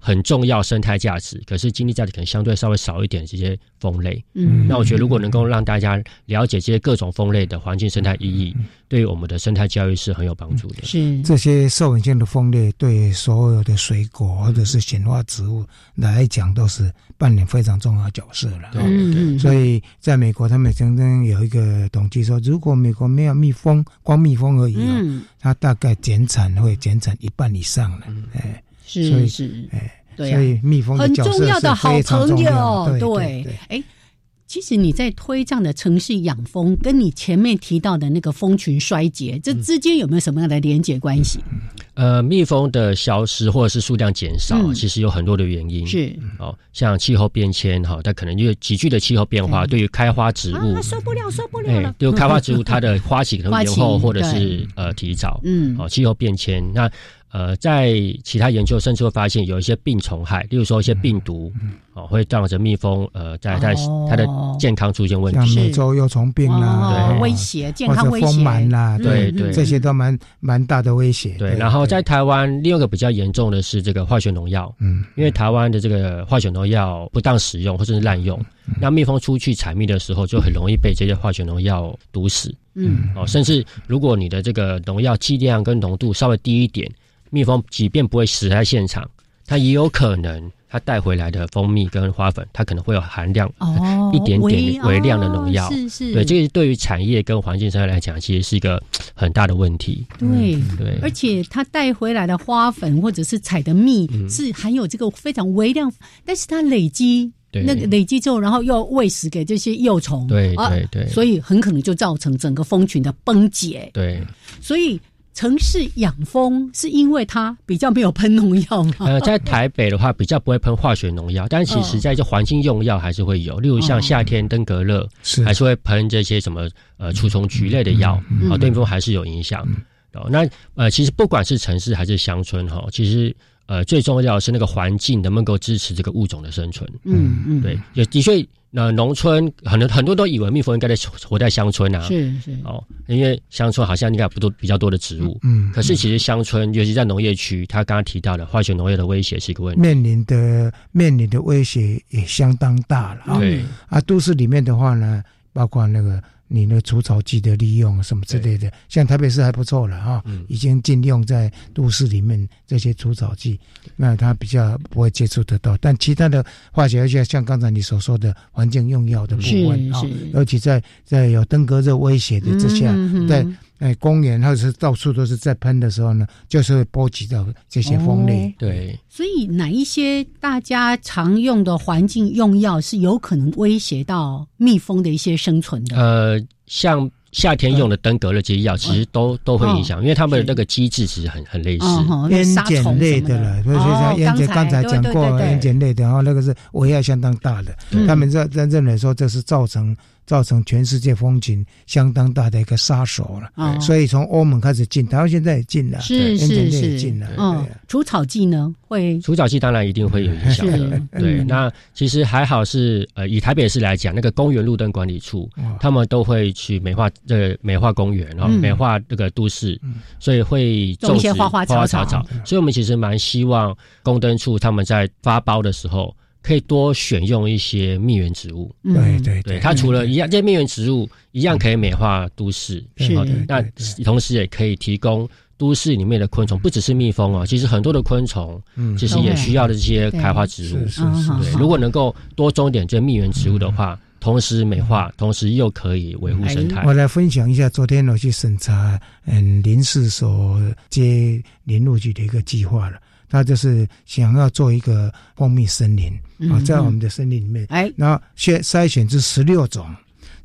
Speaker 6: 很重要生态价值，可是经济价值可能相对稍微少一点这些蜂类。
Speaker 1: 嗯
Speaker 6: 那我觉得如果能够让大家了解这些各种蜂类的环境生态意义，对于我们的生态教育是很有帮助的。
Speaker 1: 嗯是
Speaker 2: 这些受影性的蜂类对所有的水果
Speaker 1: 嗯
Speaker 2: 或者是显化植物来讲，都是扮演非常重要的角色了。哦
Speaker 6: 对嗯对
Speaker 2: 所以在美国，他们曾经有一个统计说，如果美国没有蜜蜂，光蜜蜂而已、哦，
Speaker 1: 嗯
Speaker 2: 它大概减产会减产一半以上了。哎，所
Speaker 1: 是
Speaker 2: 以
Speaker 1: 是，
Speaker 2: 哎，
Speaker 1: 嗯对啊
Speaker 2: 所以
Speaker 1: 呀，
Speaker 2: 蜜蜂的
Speaker 1: 很
Speaker 2: 角色
Speaker 1: 重要的
Speaker 2: 是
Speaker 1: 好
Speaker 2: 非常
Speaker 1: 朋
Speaker 2: 重
Speaker 1: 友
Speaker 2: 要，对
Speaker 1: 对，哎。其实你在推这样的城市养蜂，跟你前面提到的那个蜂群衰竭，这
Speaker 2: 嗯
Speaker 1: 之间有没有什么样的连结关系？
Speaker 6: 呃，蜜蜂的消失或者是数量减少，
Speaker 1: 嗯
Speaker 6: 其实有很多的原
Speaker 2: 嗯
Speaker 6: 因。
Speaker 1: 是
Speaker 6: 哦，像气候变迁哈，它可能因为急剧的气候变化，对于开花植物
Speaker 2: 嗯
Speaker 1: 嗯啊，受不了，受不了
Speaker 6: 哎
Speaker 1: 了，。
Speaker 6: 就开花植物它的花期可能
Speaker 1: 花期
Speaker 6: 延后或者
Speaker 1: 对
Speaker 6: 是呃提早，
Speaker 1: 嗯
Speaker 6: 哦，气候变迁，那呃，在其他研究甚至会发现有一些病虫害，例如说一些病毒，哦，会造成蜜蜂呃在在
Speaker 1: 哦
Speaker 6: 它的健康出现问
Speaker 2: 像美
Speaker 6: 题，
Speaker 2: 洲幼虫病啦，
Speaker 1: 哦
Speaker 6: 对
Speaker 1: 威胁健
Speaker 2: 或
Speaker 1: 康
Speaker 2: 者
Speaker 1: 威
Speaker 2: 丰啊
Speaker 1: 胁
Speaker 2: 螨啦，
Speaker 1: 嗯
Speaker 6: 对对
Speaker 2: 这些都蛮蛮大的威胁。
Speaker 6: 对。然后在台湾，另外一个比较严重的是这个化学农药，
Speaker 2: 嗯，
Speaker 6: 因为台湾的这个化学农药不当使用或者是滥用，那蜜蜂出去采蜜的时候就很容易被这些化学农药毒死。
Speaker 1: 嗯
Speaker 6: 哦，甚至如果你的这个农药剂量跟浓度稍微低一点，蜜蜂即便不会死在现场，它也有可能它带回来的蜂蜜跟花粉，它可能会有含量
Speaker 1: 哦
Speaker 6: 一点
Speaker 1: 微
Speaker 6: 点微量的农药。
Speaker 1: 哦是是
Speaker 6: 对，这个对于产业跟环境生态来讲，其实是一个很大的问题。
Speaker 2: 嗯
Speaker 1: 对
Speaker 6: 对
Speaker 1: 而且它带回来的花粉或者是采的蜜
Speaker 6: 嗯
Speaker 1: 是含有这个非常微量，但是它累积。
Speaker 6: 对
Speaker 1: 那个累积之后，然后又喂食给这些幼虫，啊
Speaker 6: 对对对
Speaker 1: 哦所以很可能就造成整个蜂群的崩解。
Speaker 6: 对，
Speaker 1: 所以城市养蜂是因为它比较没有喷农药 嘛？
Speaker 6: 呃，在台北的话比较不会喷化学农药，但
Speaker 1: 哦
Speaker 6: 其实在这环境用药还是会有，例如像夏天登革
Speaker 1: 哦
Speaker 6: 热，
Speaker 2: 是
Speaker 6: 还是会喷这些什么呃除虫菊类的药，啊、
Speaker 1: 嗯
Speaker 6: 对蜜蜂还是有影响。哦，那呃，其实不管是城市还是乡村哈、其实呃最重要的是那个环境能不能够支持这个物种的生存。
Speaker 1: 嗯嗯，
Speaker 6: 对，也的确，那、农村很多很多都以为蜜蜂应该在活在乡村啊，
Speaker 1: 是是
Speaker 6: 哦，因为乡村好像应该不多比较多的植物，
Speaker 2: 嗯
Speaker 6: 可是其实乡村，尤其在农业区，他刚刚提到的化学农业的威胁是一个问题，
Speaker 2: 面临的面临的威胁也相当大了啊。
Speaker 6: 对
Speaker 2: 啊，都市里面的话呢，包括那个你那个除草剂的利用什么之类的，像台北市还不错了啊，已经禁用在都市里面这些除草剂，那它比较不会接触得到。但其他的化学药像像刚才你所说的环境用药的部分
Speaker 1: 是
Speaker 2: 啊
Speaker 1: 是，
Speaker 2: 尤其在在有登革热威胁的之下，
Speaker 1: 嗯嗯嗯
Speaker 2: 在。哎，公园或者是到处都是在喷的时候呢，就是会波及到这些风力。
Speaker 1: 哦
Speaker 6: 对，
Speaker 1: 所以哪一些大家常用的环境用药是有可能威胁到蜜蜂的一些生存的？
Speaker 6: 呃，像夏天用的登革热这些药，其实都、都会影响，
Speaker 1: 哦
Speaker 6: 因为他们的那个机制其实很很类似。
Speaker 1: 吼
Speaker 2: 烟
Speaker 1: 嗯哦杀虫
Speaker 2: 碱类
Speaker 1: 什么的
Speaker 2: 了，所以
Speaker 1: 哦
Speaker 2: 像烟碱
Speaker 1: 刚
Speaker 2: 刚才
Speaker 1: 才
Speaker 2: 讲
Speaker 1: 对对
Speaker 2: 过
Speaker 1: 对对嗯
Speaker 2: 烟碱类的，然后那个是危害相当大的
Speaker 6: 对，
Speaker 2: 他们认认认为说这是造成造成全世界风景相当大的一个杀手
Speaker 1: 哦
Speaker 2: 了，所以从欧盟开始进，台湾现在也进了，
Speaker 1: 是
Speaker 2: 烟碱
Speaker 1: 是
Speaker 2: 类也
Speaker 1: 是
Speaker 2: 进啊了，，
Speaker 1: 嗯，除草剂呢会
Speaker 6: 除草剂当然一定会有影响的
Speaker 1: 是，
Speaker 6: 对。
Speaker 1: 嗯
Speaker 6: 那其实还好是，呃，以台北市来讲，那个公园路灯管理处，
Speaker 2: 啊哦
Speaker 6: 他们都会去美化这个美化公园，然后
Speaker 1: 嗯
Speaker 6: 美化这个都市，所以会种
Speaker 1: 种一些
Speaker 6: 植
Speaker 1: 花花草嗯
Speaker 6: 花
Speaker 1: 草
Speaker 6: 草。所以我们其实蛮希望公灯处他们在发包的时候，可以多选用一些蜜源植物。
Speaker 1: 嗯
Speaker 2: 对对对
Speaker 6: 对，它除了一样，这些蜜源植物一样可以美化都市，
Speaker 1: 是
Speaker 6: 好的那同时也可以提供都市里面的昆虫，不只是蜜蜂哦，其实很多的昆虫，
Speaker 2: 嗯
Speaker 6: 其实也需要的这些开花植物。
Speaker 2: 是
Speaker 1: 嗯好
Speaker 6: 对，
Speaker 1: 好
Speaker 6: 如果能够多种点这些蜜源植物的
Speaker 2: 嗯
Speaker 6: 话，同时美化，同时又可以维护生态
Speaker 2: 哎我。来分享一下，昨天我去审查，嗯，林氏所接林务局的一个计划了。它就是想要做一个蜂蜜森林啊，
Speaker 1: 嗯
Speaker 2: 在我们的森林里面，
Speaker 1: 哎
Speaker 2: 然后选筛选出十六种，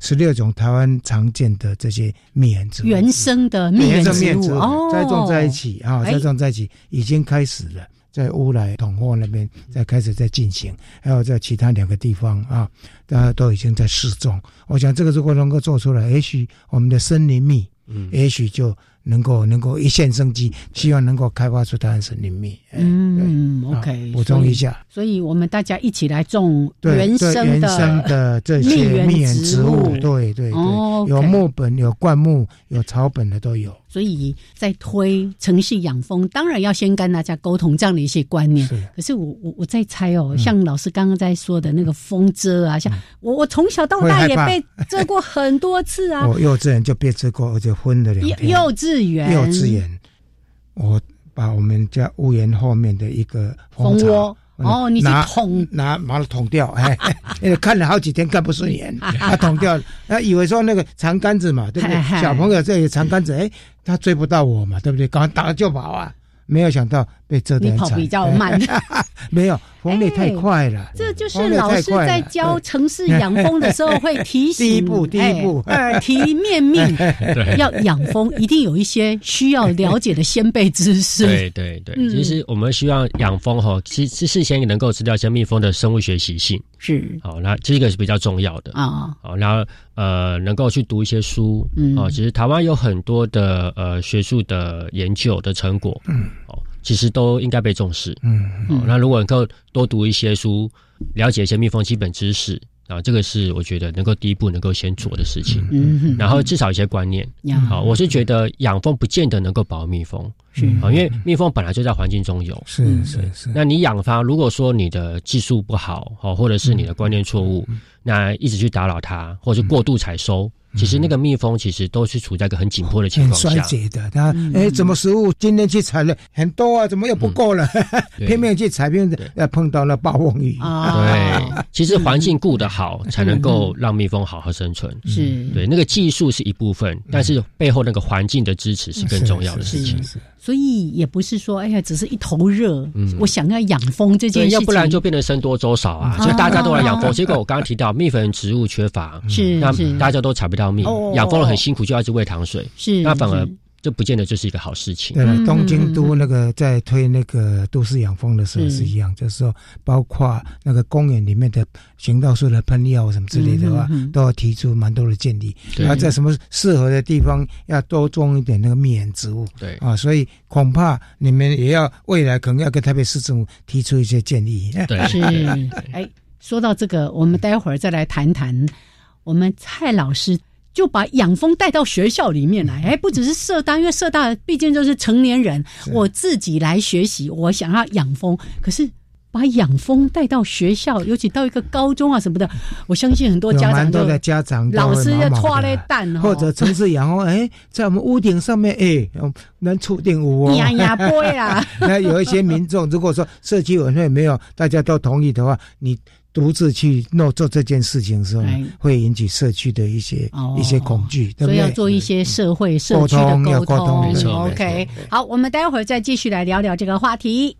Speaker 2: 十六种台湾常见的这些蜜源植物，
Speaker 1: 原生的蜜源
Speaker 2: 原生蜜
Speaker 1: 植
Speaker 2: 源
Speaker 1: 物
Speaker 2: 植物
Speaker 1: 哦，
Speaker 2: 栽种在一起啊，
Speaker 1: 哎
Speaker 2: 栽种在一起已经开始了。在乌来、统货那边
Speaker 1: 嗯
Speaker 2: 在开始在进行，还有在其他两个地方啊，大家都已经在试种。我想这个如果能够做出来，也许我们的森林蜜，
Speaker 5: 嗯
Speaker 2: 也许就能够能够一线生机，希望能够开发出台湾森林蜜。哎
Speaker 1: 嗯
Speaker 2: 啊
Speaker 1: ，OK，
Speaker 2: 补充
Speaker 1: 所以
Speaker 2: 一下，
Speaker 1: 所以我们大家一起来种
Speaker 2: 对
Speaker 1: 原
Speaker 2: 对
Speaker 1: 生
Speaker 2: 原
Speaker 1: 的
Speaker 2: 生的这
Speaker 1: 蜜
Speaker 2: 些
Speaker 1: 源
Speaker 2: 蜜源
Speaker 1: 植
Speaker 2: 植物
Speaker 1: 物，
Speaker 2: 对对对，
Speaker 1: 哦，OK
Speaker 2: 有木本、有灌木、有草本的都有。
Speaker 1: 所以在推城市养蜂，当然要先跟大家沟通这样的一些观念。可是我我我在猜哦，
Speaker 2: 嗯
Speaker 1: 像老师刚刚在说的那个风遮啊，像我我从小到
Speaker 2: 会
Speaker 1: 大
Speaker 2: 害
Speaker 1: 也
Speaker 2: 怕
Speaker 1: 被遮过很多 次啊。
Speaker 2: 我幼稚园就被吃过，而且昏了两
Speaker 1: 幼
Speaker 2: 天。
Speaker 1: 幼稚园，
Speaker 2: 幼稚园，我把我们家屋檐后面的一个
Speaker 1: 蜂
Speaker 2: 巢
Speaker 1: 窝哦，你去
Speaker 2: 拿
Speaker 1: 捅
Speaker 2: 拿把它捅掉，哎， 因为看了好几天看不顺 眼，他捅掉，他以为说那个长杆子嘛，对不对
Speaker 1: 嗨？嗨
Speaker 2: 小朋友这里长杆子，哎，他追不到我嘛，对不对？赶快打了就跑啊！没有想到被遮得
Speaker 1: 你
Speaker 2: 很
Speaker 1: 跑
Speaker 2: 惨
Speaker 1: 比较 慢，
Speaker 2: 没有风力太快了。
Speaker 1: 哎这就是
Speaker 2: 风力
Speaker 1: 老
Speaker 2: 太
Speaker 1: 师
Speaker 2: 快了
Speaker 1: 在教城市养蜂的时候会提 醒，
Speaker 2: 第一步第一步
Speaker 1: 哎耳提面 命
Speaker 6: 对，
Speaker 1: 要养蜂一定有一些需要了解的先辈知识。
Speaker 6: 对对对，
Speaker 1: 嗯
Speaker 6: 其实我们希望养蜂哈，其实事先能够知道一些蜜蜂的生物学习性，
Speaker 1: 是
Speaker 6: 好，那这个是比较重要的。
Speaker 1: 啊，
Speaker 6: 好，然后呃，能够去读一些书，
Speaker 1: 嗯
Speaker 6: 哦，其实台湾有很多的呃学术的研究的成果，
Speaker 2: 嗯，
Speaker 6: 哦，其实都应该被重视。
Speaker 2: 嗯，
Speaker 6: 哦，那如果能够多读一些书，了解一些蜜蜂基本知识，啊，这个是我觉得能够第一步能够先做的事情。
Speaker 1: 嗯哼
Speaker 6: 然后至少一些观念
Speaker 1: 呀。
Speaker 6: 好，我是觉得养蜂不见得能够保护蜜蜂，
Speaker 1: 是
Speaker 6: 啊，因为蜜蜂本来就在环境中游。
Speaker 2: 是是
Speaker 1: 嗯
Speaker 2: 是，
Speaker 6: 那你养它，如果说你的技术不好，哦，或者是你的观念错误，那一直去打扰它，或者是过度采收，其实那个蜜蜂其实都是处在一个很紧迫的情
Speaker 2: 很
Speaker 6: 况下
Speaker 2: 衰。竭的。他
Speaker 1: 嗯
Speaker 2: 哎，怎么食物今天去采了很多啊？怎么又不够
Speaker 1: 嗯
Speaker 2: 了？
Speaker 6: 对
Speaker 2: 偏偏去采，偏偏呃碰到了暴风雨。
Speaker 1: 啊
Speaker 6: 对，其实环境顾得好，才能够让蜜蜂好好生存。
Speaker 1: 是
Speaker 6: 对，那个技术是一部分，但是背后那个环境的支持是更重要的事情。
Speaker 1: 所以也不是说哎呀，只是一头热，
Speaker 6: 嗯
Speaker 1: 我想要养蜂这
Speaker 6: 对，
Speaker 1: 件事情，
Speaker 6: 要不然就变得僧多粥少啊，
Speaker 1: 嗯
Speaker 6: 就大家都来养蜂。
Speaker 1: 啊
Speaker 6: 结果我刚刚提到蜜粉植物缺乏，
Speaker 1: 是
Speaker 6: 嗯那
Speaker 1: 嗯是
Speaker 6: 大家都采不到蜜
Speaker 1: 哦，
Speaker 6: 养蜂人很辛苦，就要一直喂糖水，
Speaker 1: 是
Speaker 6: 那反而
Speaker 1: 是
Speaker 6: 这不见得就是一个好事情。
Speaker 2: 对了
Speaker 1: 嗯，
Speaker 2: 东京都那个在推那个都市养蜂的时候
Speaker 1: 嗯
Speaker 2: 是一样，就是说，包括那个公园里面的行道树的喷药什么之类的话
Speaker 1: 嗯嗯嗯，
Speaker 2: 都要提出蛮多的建议。
Speaker 6: 对
Speaker 2: 然后在什么适合的地方要多种一点那个蜜源植物
Speaker 6: 对
Speaker 1: 哦
Speaker 2: 啊，所以恐怕你们也要未来可能要跟台北市政府提出一些建议。
Speaker 6: 对，
Speaker 1: 是哎，说到这个，我们待会儿再来谈谈，我们蔡老师。就把养蜂带到学校里面来，哎，不只是社大，因为社大毕竟就是成年人，我自己来学习，我想要养蜂，可是把养蜂带到学校，尤其到一个高中啊什么的，我相信很多
Speaker 2: 有
Speaker 1: 家长
Speaker 2: 蛮
Speaker 1: 就
Speaker 2: 多的家长都会
Speaker 1: 老师要
Speaker 2: 毛毛
Speaker 1: 拖
Speaker 2: 的
Speaker 1: 嘞蛋哦，
Speaker 2: 或者城市养蜂，哎，在我们屋顶上面，哎，嗯能触电屋哦。
Speaker 1: 呀呀波呀，
Speaker 2: 那有一些民众，如果说社区委员会没有大家都同意的话，你独自去弄做这件事情的时候呢
Speaker 1: 哎，
Speaker 2: 会引起社区的一些、
Speaker 1: 哦
Speaker 2: 一些恐惧，对
Speaker 1: 所
Speaker 2: 不
Speaker 1: 以要
Speaker 2: 对？
Speaker 1: 做一些社会社
Speaker 2: 沟
Speaker 1: 区的
Speaker 2: 通要沟
Speaker 1: 沟
Speaker 2: 通
Speaker 6: 没错没错
Speaker 1: OK，好，我们待会儿再继续来聊聊这个话题。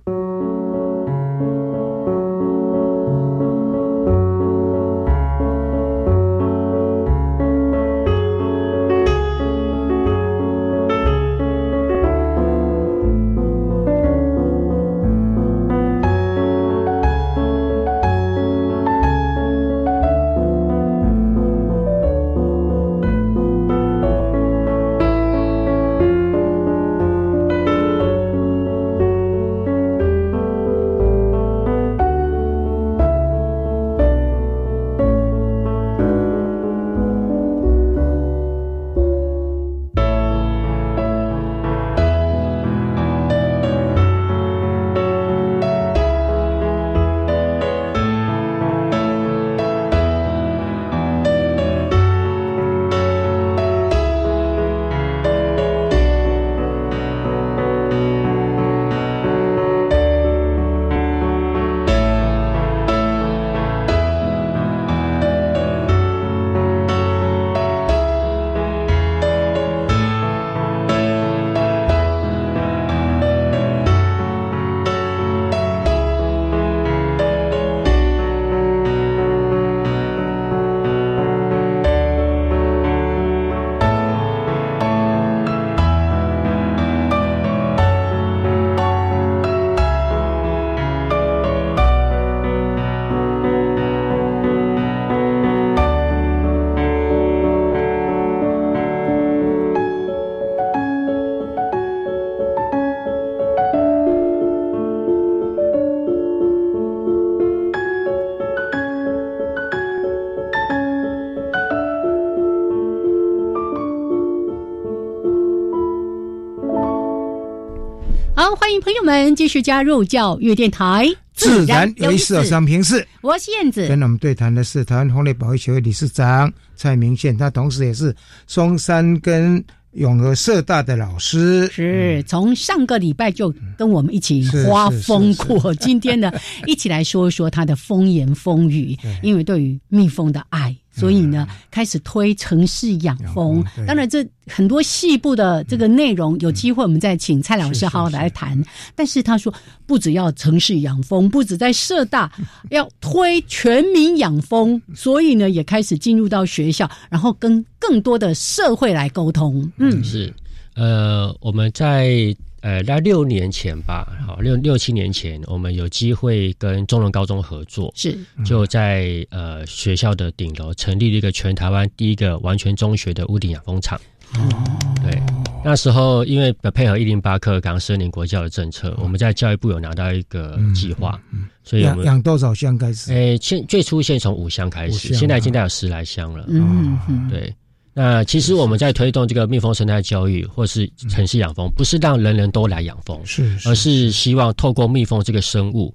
Speaker 1: 欢迎朋友们继续加入教育电台，
Speaker 2: 自然有意思的三平四。
Speaker 1: 我是燕子。
Speaker 2: 跟我们对谈的是台湾红类保育协会理事长蔡明宪，他同时也是松山跟永和社大的老师。
Speaker 1: 是从上个礼拜就跟我们一起花风过， 今天呢，一起来说说他的风言风语，因为对于蜜蜂的爱。所以呢，开始推城市养蜂。
Speaker 2: 对
Speaker 1: 当然，这很多细部的这个内容，有机会我们再请蔡老师好好来谈。但是他说，不只要城市养蜂，不止在社大要推全民养蜂，所以呢，也开始进入到学校，然后跟更多的社会来沟通。嗯，
Speaker 6: 是，呃，我们在呃在六年前吧，好六六七年前，我们有机会跟中仑高中合作，
Speaker 1: 是
Speaker 2: 嗯
Speaker 6: 就在呃学校的顶楼成立了一个全台湾第一个完全中学的屋顶养蜂场。
Speaker 2: 哦
Speaker 6: 对，那时候因为配合一零八课纲森林国教的政策，
Speaker 2: 嗯
Speaker 6: 我们在教育部有拿到一个计划，所以我哎
Speaker 2: 养
Speaker 6: 们
Speaker 2: 养多少箱开始？
Speaker 6: 诶，现最初先从五箱开
Speaker 2: 五啊
Speaker 6: 始，
Speaker 2: 箱
Speaker 6: 现在已经大概有十来箱了。
Speaker 1: 嗯嗯，
Speaker 6: 对。那其实我们在推动这个蜜蜂生态教育，或是城市养蜂，不是让人人都来养蜂，
Speaker 2: 是
Speaker 6: 而呃是希望透过蜜蜂这个生物，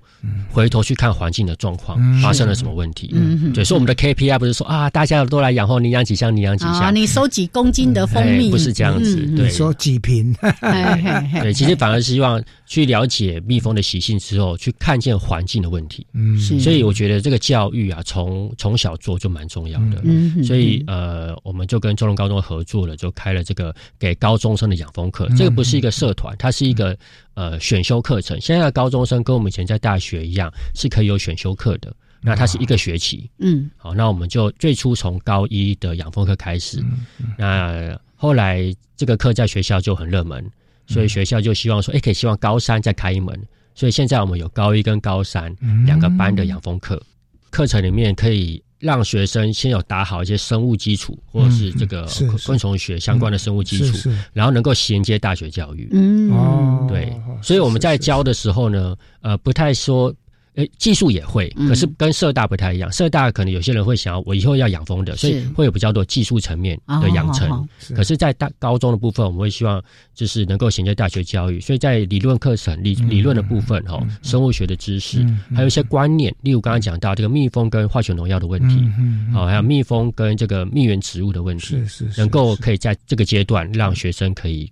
Speaker 6: 回头去看环境的状况
Speaker 2: 嗯
Speaker 6: 发生了什么问题。
Speaker 1: 嗯哼
Speaker 6: 对，所以我们的 KPI 不是说啊，大家都来养蜂，你养几箱，你养几
Speaker 1: 啊，
Speaker 6: 箱，
Speaker 1: 你收几公斤的蜂蜜？
Speaker 6: 哎不是这样子
Speaker 1: 嗯嗯
Speaker 6: 对
Speaker 2: 你说几瓶？
Speaker 1: 哎嘿嘿
Speaker 6: 对，其实反而希望去了解蜜蜂的习性之后，去看见环境的问题。
Speaker 2: 嗯，
Speaker 1: 是
Speaker 6: 所以我觉得这个教育啊，从从小做就蛮重要的。
Speaker 1: 嗯嗯
Speaker 6: 所以呃，我们就跟中龙高中合作了，就开了这个给高中生的养蜂
Speaker 1: 嗯
Speaker 6: 课。这个不是一个社团，它是一个呃选修课程。现在的高中生跟我们以前在大学一样，是可以有选修课的。那它是一个学期，
Speaker 1: 嗯
Speaker 6: 好，那我们就最初从高一的养蜂课开始，
Speaker 1: 嗯
Speaker 6: 那后来这个课在学校就很热门，
Speaker 1: 嗯
Speaker 6: 所以学校就希望说，哎、可以希望高三再开一门，所以现在我们有高一跟高三
Speaker 2: 嗯
Speaker 6: 两个班的养蜂课，课程里面可以让学生先有打好一些生物基础，或者是这个呃
Speaker 2: 嗯是是
Speaker 6: 昆虫学相关的生物基
Speaker 2: 是
Speaker 6: 础，
Speaker 2: 是
Speaker 6: 然后能够衔接大学教育。
Speaker 1: 嗯
Speaker 2: 哦，
Speaker 6: 对，所以我们在教的时候呢，呃，不太说，呃，技术也会，
Speaker 1: 嗯
Speaker 6: 可是跟社大不太一样。社大可能有些人会想要，我以后要养蜂的，所以
Speaker 1: 是
Speaker 6: 会有比较多技术层面的养成。
Speaker 1: 哦好好好
Speaker 2: 是
Speaker 6: 可是，在大高中的部分，我们会希望就是能够衔接大学教育，所以在理论课程理理论的部分，哈、生物学的知识，
Speaker 2: 嗯嗯
Speaker 6: 还有一些观念，例如刚刚讲到这个蜜蜂跟化学农药的问题，
Speaker 2: 嗯嗯嗯
Speaker 6: 好、还有蜜蜂跟这个蜜源植物的问题，
Speaker 2: 是是是
Speaker 6: 能够可以在这个阶段让学生可以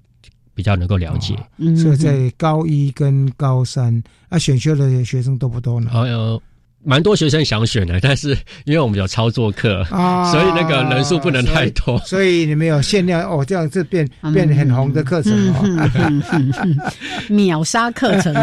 Speaker 6: 比较能够了解。
Speaker 1: 嗯
Speaker 2: 所以在高一跟高三啊，选修的学生多不多呢？
Speaker 6: 好有哦呃蛮多学生想选的，但是因为我们有操作 课，
Speaker 2: 啊
Speaker 6: 所以那个人数不能太多。
Speaker 2: 所以你们有限量哦，这样子变
Speaker 1: 嗯
Speaker 2: 变得很红的课程
Speaker 1: 嗯
Speaker 2: 哦。
Speaker 1: 嗯嗯嗯嗯秒杀课程，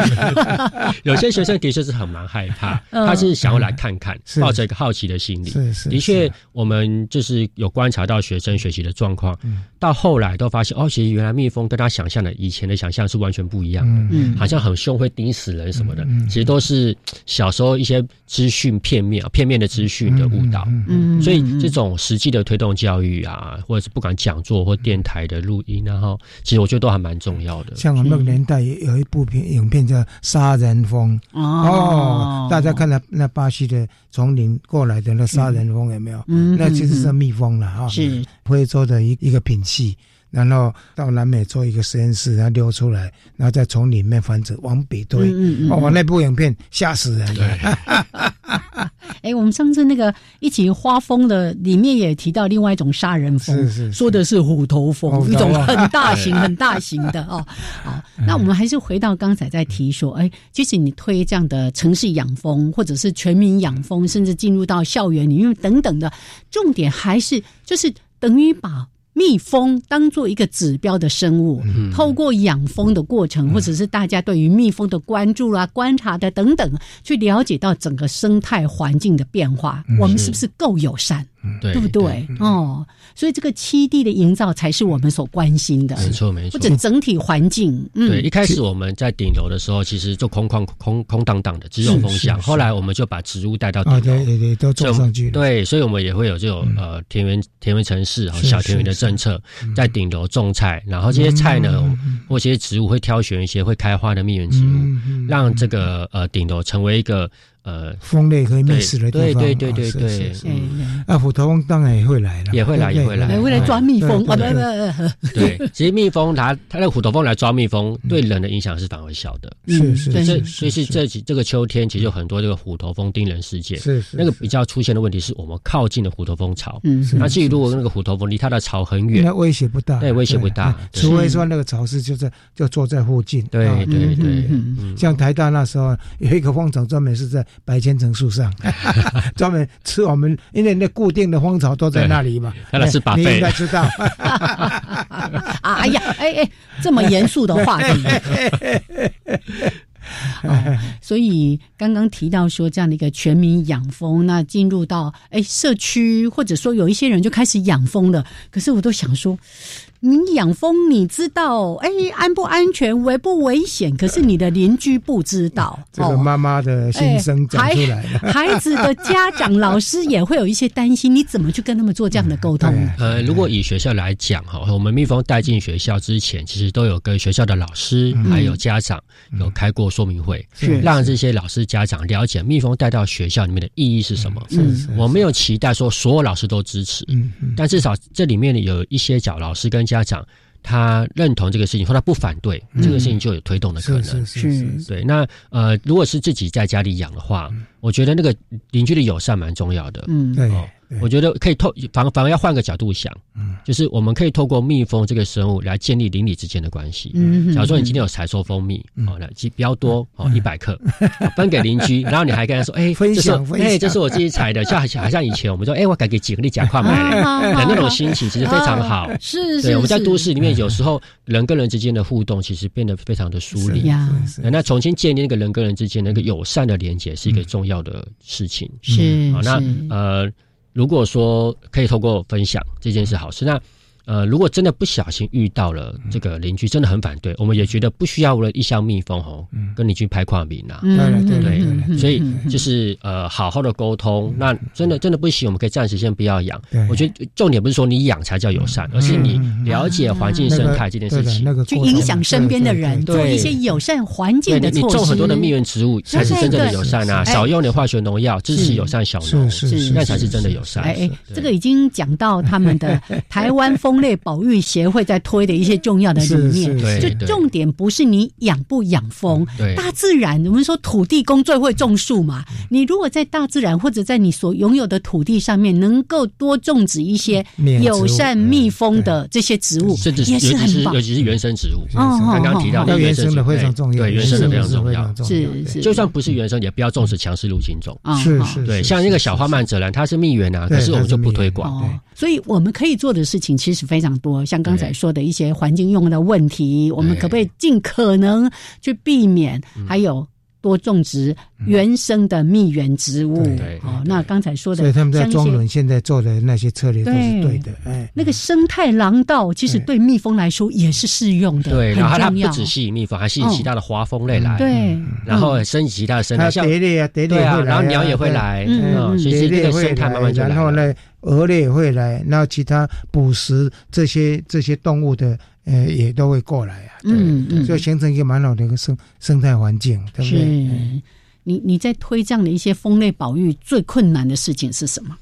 Speaker 6: 有些学生的确是很蛮害怕，
Speaker 1: 嗯
Speaker 6: 他是想要来看看，
Speaker 2: 是
Speaker 6: 抱着一个好奇的心理。
Speaker 2: 是是，
Speaker 6: 的
Speaker 2: 是
Speaker 6: 确，我们就是有观察到学生学习的状况，
Speaker 1: 嗯
Speaker 6: 到后来都发现哦，其实原来蜜蜂跟他想象的以前的想象是完全不一样的，
Speaker 1: 嗯
Speaker 6: 好像很凶会叮死人什么的，其实都是小时候一些资讯片面、片面的资讯的误导。
Speaker 1: 嗯
Speaker 6: 所以这种实际的推动教育啊，或者是不管讲座或电台的录音啊，然后其实我觉得都还蛮重要
Speaker 1: 嗯
Speaker 6: 的。
Speaker 2: 像我们那个年代也有一部片影片叫《杀人蜂》哦，大家，看那那巴西的丛林过来的那杀人蜂有没有？
Speaker 1: 嗯
Speaker 2: 那其实是
Speaker 1: 嗯
Speaker 2: 蜜蜂了哈。
Speaker 1: 是
Speaker 2: 非洲的一一个品系，然后到南美做一个实验室，然后溜出来，然后再从里面繁殖往北推。
Speaker 1: 嗯嗯嗯
Speaker 2: 哦，那部影片吓死人了。
Speaker 1: 哎，我们上次那个一起花蜂的里面也提到另外一种杀人蜂
Speaker 2: 是，是是哎
Speaker 1: 说的是虎
Speaker 2: 虎头
Speaker 1: 头蜂，
Speaker 2: 啊
Speaker 1: 一种很大型、很大型的哦。好，那我们还是回到刚才在提说，
Speaker 2: 嗯
Speaker 1: 哎，即使你推这样的城市养蜂，或者是全民养蜂，甚至进入到校园里面等等的，重点还是就是等于把。蜜蜂当做一个指标的生物，
Speaker 2: 嗯
Speaker 1: 透过养蜂的过程，或者是大家对于蜜蜂的关注啦、观察的等等，去了解到整个生态环境的变化，
Speaker 2: 嗯
Speaker 1: 我们是不是够友善，
Speaker 6: 对嗯
Speaker 1: 嗯对不对？哦，所以这个栖地的营造才是我们所关心的，
Speaker 6: 没错嗯没
Speaker 1: 或
Speaker 6: 错。
Speaker 1: 者整体环境，嗯，
Speaker 6: 对，一开始我们在顶楼的时候，其实就空旷、空空荡荡的，只有风向。
Speaker 2: 是是
Speaker 6: 后来我们就把植物带到顶
Speaker 2: 啊，
Speaker 6: 楼
Speaker 2: 对，对对，都
Speaker 6: 所
Speaker 2: 种
Speaker 6: 以我们
Speaker 2: 上去了。
Speaker 6: 对，所以我们也会有这种呃田园田园城市和
Speaker 2: 是嗯
Speaker 6: 小田园的政策，在顶楼种菜，然后这些菜呢，或这些植物会挑选一些会开花的蜜源植物，
Speaker 2: 嗯嗯
Speaker 6: 让这个呃顶楼成为一个。呃
Speaker 2: 风类可以觅食的地
Speaker 6: 对
Speaker 2: 方。
Speaker 6: 对对对
Speaker 2: 啊
Speaker 6: 对
Speaker 2: 是
Speaker 6: 对
Speaker 2: 是是
Speaker 6: 嗯
Speaker 2: 啊，虎头蜂当然也会来了，
Speaker 6: 也会来
Speaker 2: 对不
Speaker 6: 也会来
Speaker 2: 对
Speaker 1: 为了抓蜜蜂啊，
Speaker 2: 对
Speaker 1: 不
Speaker 2: 对对
Speaker 1: 不 不，
Speaker 6: 对，其实蜜蜂它它的虎头蜂来抓蜜蜂，对人的影响是反而小的。
Speaker 1: 嗯
Speaker 2: 是嗯是
Speaker 6: 所以
Speaker 2: 是
Speaker 6: 这所以是这几这个秋天，其实有很多这个虎头蜂叮人事件。
Speaker 2: 是是
Speaker 6: 那个比较出现的问题是我们靠近了虎头蜂巢，
Speaker 2: 嗯是
Speaker 6: 那至于如果那个虎头蜂离它的巢很远，
Speaker 2: 那威胁不大，
Speaker 6: 对威胁不大
Speaker 2: 哎
Speaker 6: 对
Speaker 2: 除非说那个潮湿就在就坐在附近。
Speaker 6: 对
Speaker 2: 啊
Speaker 6: 对
Speaker 2: 嗯
Speaker 6: 对
Speaker 2: 嗯嗯像台大那时候有一个蜂巢，专门是在白千层树上， 专门吃我们，因为那固定的蜂巢都在那里嘛
Speaker 6: 对。它那是
Speaker 2: 哎你
Speaker 6: buffet
Speaker 2: 应该知 道。
Speaker 1: 哎呀，哎哎，这么严肃的 话题。 哦，所以刚刚提到说这样的一个全民养蜂，那进入到哎社区，或者说有一些人就开始养蜂了。可是我都想说，你养蜂你知道哎安不安全、危不危险，可是你的邻居不知道。
Speaker 2: 这个
Speaker 1: 哦
Speaker 2: 妈妈的心声讲出来了。
Speaker 1: 哎 孩孩子的家长、老师也会有一些担心，你怎么去跟他们做这样的沟通？
Speaker 6: 呃，如果以学校来讲哈，我们蜜蜂带进学校之前，其实都有跟学校的老师
Speaker 2: 嗯
Speaker 6: 还有家长有开过说明会，
Speaker 2: 是
Speaker 6: 让这些老师家长了解蜜蜂带到学校里面的意义是什么。
Speaker 2: 嗯是是
Speaker 6: 我没有期待说所有老师都支持，
Speaker 2: 嗯嗯
Speaker 6: 但至少这里面有一些角老师跟家长。他认同这个事情，或他不反对、
Speaker 2: 嗯
Speaker 6: 这个事情，就有推动的可能。
Speaker 2: 是是是是
Speaker 6: 对，那呃，如果是自己在家里养的话，我觉得那个邻居的友善蛮重要的。
Speaker 1: 嗯
Speaker 2: 对
Speaker 6: 哦，我觉得可以透反反而要换个角度想，
Speaker 2: 嗯，
Speaker 6: 就是我们可以透过蜜蜂这个生物来建立邻里之间的关系。
Speaker 1: 嗯哼
Speaker 6: 假如说你今天有采收蜂蜜，
Speaker 2: 嗯
Speaker 6: 哦，那其比较多哦，一百克，
Speaker 1: 嗯
Speaker 6: 哦分给邻 居，然后你还跟他说，哎，
Speaker 2: 分
Speaker 6: 这是
Speaker 2: 享分享
Speaker 6: 哎，这是我自己采的，像好像以前我们说，哎，我改给几个你假块买的
Speaker 1: 啊
Speaker 6: 那种心情其实非常好
Speaker 1: 啊。是
Speaker 6: 对，
Speaker 1: 是，
Speaker 6: 我们在
Speaker 1: 是嗯
Speaker 6: 都市里面，有时候人跟人之间的互动其实变得非常的疏离。
Speaker 1: 呀，
Speaker 6: 呃那重新建立那个人跟人之间那个友善的连接是一
Speaker 2: 嗯
Speaker 6: 个重要的事情。
Speaker 1: 是
Speaker 6: 嗯好，那
Speaker 1: 是
Speaker 6: 呃，如果说可以透过分享这件事好事，那呃，如果真的不小心遇到了
Speaker 2: 嗯
Speaker 6: 这个邻居真的很反对，我们也觉得不需要为了一箱蜜蜂哦，跟邻居拍跨名啊。
Speaker 1: 嗯
Speaker 2: 当然对
Speaker 6: 对
Speaker 2: 嗯嗯，
Speaker 6: 所以就是呃，好好的沟通。那真的真的不行，我们可以暂时先不要养
Speaker 2: 对。嗯
Speaker 6: 我觉得重点不是说你养才叫友善，而是你了解环境生态这件事情
Speaker 2: 那。个
Speaker 1: 去影响身边的人，
Speaker 6: 对
Speaker 1: 做
Speaker 6: 对对
Speaker 1: 一些友善环境
Speaker 6: 对
Speaker 1: 的
Speaker 6: 你
Speaker 1: 措施。
Speaker 6: 种很多的蜜源植物，才是真正的友善啊！
Speaker 1: 是是
Speaker 6: 少用点化学农药，支持友善小农，
Speaker 2: 是是是
Speaker 6: 那才是真的友善。
Speaker 1: 哎哎，
Speaker 6: 对
Speaker 1: 这个已经讲到他们 的台湾蜂类保育协会在推的一些重要的理念。
Speaker 6: 是
Speaker 1: 就
Speaker 6: 对对
Speaker 1: 重点不是你养不养蜂，
Speaker 6: 对嗯
Speaker 1: 大自然我们说土地公最会种树嘛。你如果在大自然或者在你所拥有的土地上面，能够多种植一
Speaker 6: 嗯
Speaker 1: 些
Speaker 2: 面植物
Speaker 1: 友善蜜蜂的这些植物，
Speaker 6: 甚至是
Speaker 1: 也
Speaker 6: 尤
Speaker 1: 是
Speaker 6: 其是
Speaker 1: 很棒
Speaker 6: 尤。其是原生植物，
Speaker 1: 哦
Speaker 6: 刚刚提到
Speaker 2: 要
Speaker 6: 的
Speaker 2: 原
Speaker 6: 生
Speaker 2: 生
Speaker 6: 植
Speaker 2: 的
Speaker 6: 物
Speaker 2: 非常重要，
Speaker 6: 对原生的非常
Speaker 2: 是哦
Speaker 6: 重
Speaker 2: 非
Speaker 6: 要
Speaker 2: 常。重
Speaker 1: 是
Speaker 2: 对
Speaker 1: 是
Speaker 6: 就算不是原生，也不要种植强势入侵种。
Speaker 1: 啊
Speaker 2: 是
Speaker 1: 啊
Speaker 2: 是，
Speaker 6: 对，像那个小花曼泽兰，它是蜜源啊，
Speaker 2: 对
Speaker 6: 可是我们就不推广。
Speaker 1: 哦，所以我们可以做的事情其实非常多，像刚才
Speaker 6: 对
Speaker 1: 说的一些环境用的问题，我们可不可以尽可能去避免？还有多种植原生的蜜源植物
Speaker 2: 对
Speaker 6: 对。
Speaker 1: 哦，那刚才说的，
Speaker 2: 所以他们在
Speaker 1: 像一些
Speaker 2: 中仑现在做的那些策略都是对的，哎，
Speaker 1: 那个生态廊道，其实对蜜蜂来说也是适用的，
Speaker 6: 对，然后
Speaker 1: 很
Speaker 6: 它
Speaker 1: 重
Speaker 6: 不
Speaker 1: 要。嗯
Speaker 6: 只吸引蜜蜂，还吸引其他的花蜂类来，
Speaker 1: 对，
Speaker 2: 嗯
Speaker 1: 嗯
Speaker 6: 然后升级其他的生态，
Speaker 2: 它
Speaker 6: 像
Speaker 2: 蝶类啊，蝶类
Speaker 6: 对
Speaker 2: 会来
Speaker 6: 啊，
Speaker 2: 啊，
Speaker 6: 然后鸟也会
Speaker 2: 对。
Speaker 6: 来，
Speaker 1: 嗯
Speaker 6: 嗯，
Speaker 1: 嗯
Speaker 6: 所以
Speaker 2: 蝶
Speaker 6: 这
Speaker 2: 类
Speaker 6: 个
Speaker 2: 会
Speaker 6: 生态慢慢
Speaker 2: 来，
Speaker 6: 就来
Speaker 2: 然后
Speaker 6: 了。
Speaker 2: 呢，蛾类也会来，然后其他捕食这些这些动物的，呃，也都会过来啊，
Speaker 1: 嗯嗯，
Speaker 2: 所以形成一个蛮好的一个生生态环境，对不
Speaker 1: 是
Speaker 2: 对？
Speaker 1: 你你在推这样的一些蜂类保育，最困难的事情是什么？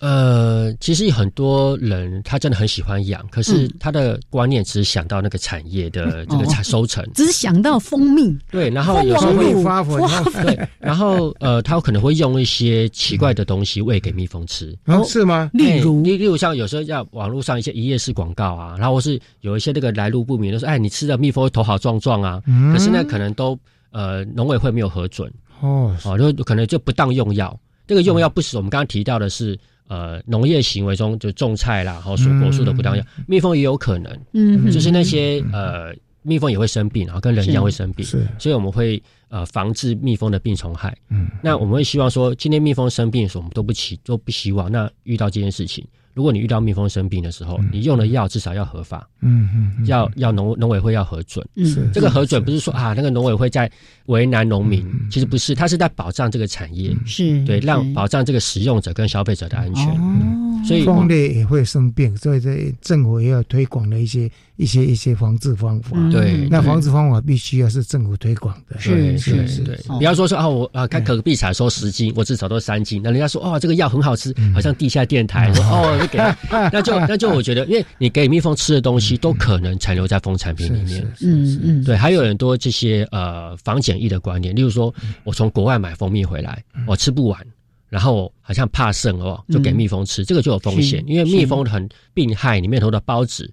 Speaker 6: 呃，其实很多人他真的很喜欢养，可是
Speaker 1: 嗯哦
Speaker 6: 他的观念只想到那个产业的这个产收成，
Speaker 1: 只想到蜂蜜，
Speaker 6: 对，然后
Speaker 1: 蜂
Speaker 6: 有时候
Speaker 1: 王
Speaker 6: 会
Speaker 2: 会
Speaker 1: 乳
Speaker 2: 发粉
Speaker 1: 花
Speaker 6: 对，然后呃，他可能会用一些奇怪的东西喂给蜜蜂吃。
Speaker 2: 然后是吗？
Speaker 1: 嗯例如
Speaker 6: 哎例例如像有时候要网络上一些一页式广告啊，然后或是有一些那个来路不明的说，哎，你吃的蜜蜂会头好壮壮啊，
Speaker 2: 嗯
Speaker 6: 可是呢，可能都呃农委会没有核准
Speaker 2: 哦，
Speaker 6: 哦，就可能就不当用药。这个用药不是我们刚刚提到的是呃农业行为中就种菜啦，然后水果树的不当药，蜜蜂也有可能，
Speaker 1: 嗯哼，
Speaker 6: 就是那些呃蜜蜂也会生病，然后跟人一样会生病，
Speaker 2: 是，
Speaker 6: 所以我们会呃防治蜜蜂的病虫害。
Speaker 2: 嗯，
Speaker 6: 那我们会希望说，今天蜜蜂生病的时候，我们都不期都不希望。那遇到这件事情，如果你遇到蜜蜂生病的时候，你用的药至少要合法，
Speaker 2: 嗯嗯嗯，
Speaker 6: 要要农农委会要核准。
Speaker 2: 是
Speaker 1: 嗯
Speaker 6: 这个核准不是说啊，那个农委会在为难农民，其实不是，它是在保障这个产业，
Speaker 1: 嗯
Speaker 6: 嗯
Speaker 1: 是
Speaker 6: 对，让
Speaker 1: 是
Speaker 6: 保障这个使用者跟消费者的安全。
Speaker 1: 哦，
Speaker 6: 所以
Speaker 2: 风类也会生病，所以这政府也要推广的一些一些一些防治方法。
Speaker 6: 嗯对
Speaker 2: 那
Speaker 6: 对
Speaker 2: 防治方法必须要是政府推广的。
Speaker 6: 对
Speaker 2: 是
Speaker 6: 对
Speaker 2: 嗯是
Speaker 6: 对，不要说是啊，我啊，看可必茶说十斤，我至少都三斤。那人家说哦，这个药很好吃，好像地下电台说哦，就给他，那就那就我觉得，因为你给蜜蜂吃的东西都可能残留在蜂产品里面。
Speaker 1: 嗯嗯，
Speaker 6: 对，还有很多这些呃防检疫的观念，例如说我从国外买蜂蜜回来，我吃不完。然后我好像怕剩哦，就给
Speaker 9: 嗯
Speaker 6: 蜜蜂吃，这个就有风险，
Speaker 1: 是
Speaker 6: 因为蜜
Speaker 1: 是
Speaker 6: 蜂很病害，里面头的孢子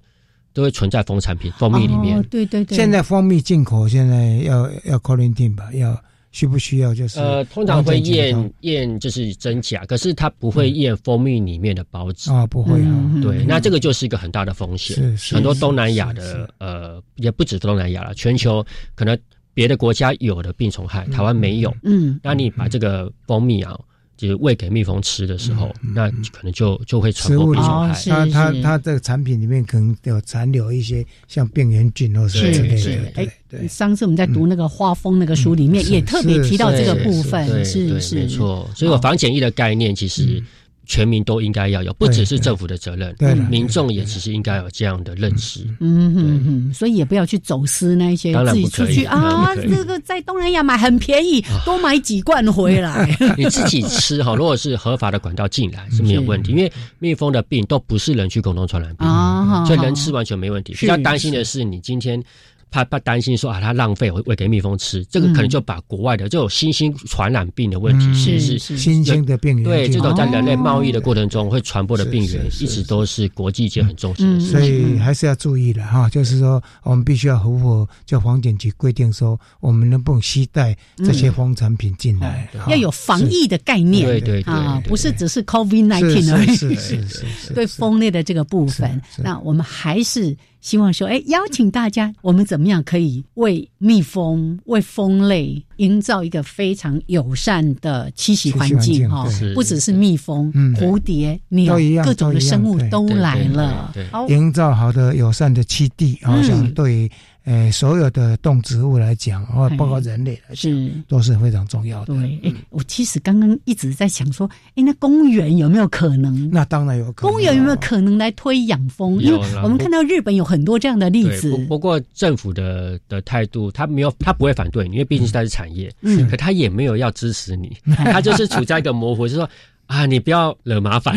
Speaker 6: 都会存在蜂产品、蜂蜜里面。
Speaker 1: 哦，对对对，
Speaker 2: 现在蜂蜜进口现在要要 quarantine 吧，要需不需要就是
Speaker 6: 呃，通常会
Speaker 2: 完整解
Speaker 6: 验
Speaker 2: 封
Speaker 6: 验就是真假，可是它不
Speaker 1: 嗯
Speaker 6: 会验蜂蜜里面的孢子。
Speaker 1: 哦
Speaker 2: 啊，不会啊，
Speaker 6: 对，那这个就是一个很大的风险。
Speaker 2: 是是
Speaker 6: 很多东南亚的呃，也不止东南亚了，全球可能别的国家有的病虫害，台湾没有。
Speaker 1: 嗯，
Speaker 6: 那你把这个蜂蜜啊，就是喂给蜜蜂吃的时候，
Speaker 1: 嗯
Speaker 6: 那可能就就会传
Speaker 2: 食
Speaker 6: 播
Speaker 2: 物里
Speaker 6: 病
Speaker 1: 哦
Speaker 6: 虫
Speaker 2: 它
Speaker 6: 害。
Speaker 2: 它它这个产品里面可能有残留一些像病原菌或者
Speaker 1: 是
Speaker 2: 之类
Speaker 1: 是
Speaker 2: 的，，
Speaker 1: 哎，上次我们在
Speaker 6: 嗯
Speaker 1: 读那个花蜂那个书里面也特别提到这个部分，
Speaker 6: 对
Speaker 1: 是
Speaker 6: 对
Speaker 1: 是，
Speaker 6: 没错。所以我防检疫的概念其实。全民都应该要有，不只是政府的责任
Speaker 1: 嗯对对，
Speaker 6: 民众也其实应该有这样的认识。
Speaker 1: 嗯哼哼，所以也不要去走私那一些，
Speaker 6: 当然
Speaker 1: 自己
Speaker 6: 不
Speaker 1: 出
Speaker 6: 可以
Speaker 1: 去
Speaker 6: 当
Speaker 1: 啊
Speaker 6: 然，不可以啊
Speaker 1: 这个在东南亚买很便宜，多买几罐 回来。
Speaker 6: 你自己吃哈，如果是合法的管道进
Speaker 1: 嗯
Speaker 6: 来是没有问题，因为蜜蜂的病都不是人去共同传染病，
Speaker 1: 啊
Speaker 6: 所以嗯人吃完全没问题。
Speaker 1: 是
Speaker 6: 比较担心的是，你今天怕怕担心说啊，它浪费我喂给蜜蜂吃，这
Speaker 1: 嗯
Speaker 6: 个可能就把国外的这种新兴传染病的问题，
Speaker 2: 嗯
Speaker 6: 其实
Speaker 2: 是
Speaker 6: 是
Speaker 2: 新兴的病原
Speaker 6: 对
Speaker 2: 菌哦
Speaker 6: 这种在人类贸易的过程中会传播的病源，
Speaker 1: 哦
Speaker 6: 一直都是国际间很重视
Speaker 1: 嗯
Speaker 6: 的事
Speaker 2: 所
Speaker 6: 情。
Speaker 2: 以还是要注意了哈，就是说我们必须要合符合就黄检局规定说，我们能不能携带这些蜂产品进来，哈
Speaker 1: 哦要有防疫的概念，
Speaker 2: 是对对
Speaker 1: 啊，
Speaker 2: 对
Speaker 1: 不是只是 COVID 19而
Speaker 2: 是是
Speaker 1: 已，
Speaker 2: 是是是
Speaker 1: 对蜂类的这个部分，那我们还是希望说，哎，邀请大家，我们怎么样可以为蜜蜂、为蜂类营造一个非常友善的栖息环
Speaker 2: 栖息
Speaker 1: 境
Speaker 2: 环境
Speaker 1: 哈、
Speaker 2: 对
Speaker 1: 不只是蜜蜂、
Speaker 2: 嗯
Speaker 1: 蝴蝶、鸟
Speaker 2: 都一，样
Speaker 1: 各种的生物
Speaker 2: 都一样
Speaker 1: 都
Speaker 2: 对
Speaker 1: 来了
Speaker 6: 对对对对，
Speaker 1: 好
Speaker 2: 营造好的友善的栖地啊，
Speaker 1: 嗯
Speaker 2: 我想对于呃所有的动植物来讲，或包括人类来
Speaker 1: 哎是
Speaker 2: 讲，都是非常重要的。
Speaker 1: 对，哎，我其实刚刚一直在想说，哎，那公园有没有可能？
Speaker 2: 那当然有可能。
Speaker 1: 公园有没有可能来推养蜂？因
Speaker 6: 有
Speaker 1: 为
Speaker 6: 啦
Speaker 1: 我们看到日本有很多这样的例
Speaker 6: 对，
Speaker 1: 子
Speaker 6: 不。不过政府的的态度，他没有，他不会反对你，因为毕竟它是产业，
Speaker 1: 嗯
Speaker 6: 可他也没有要支持你，他就是处在一个模糊，就是说啊，你不要惹 麻烦，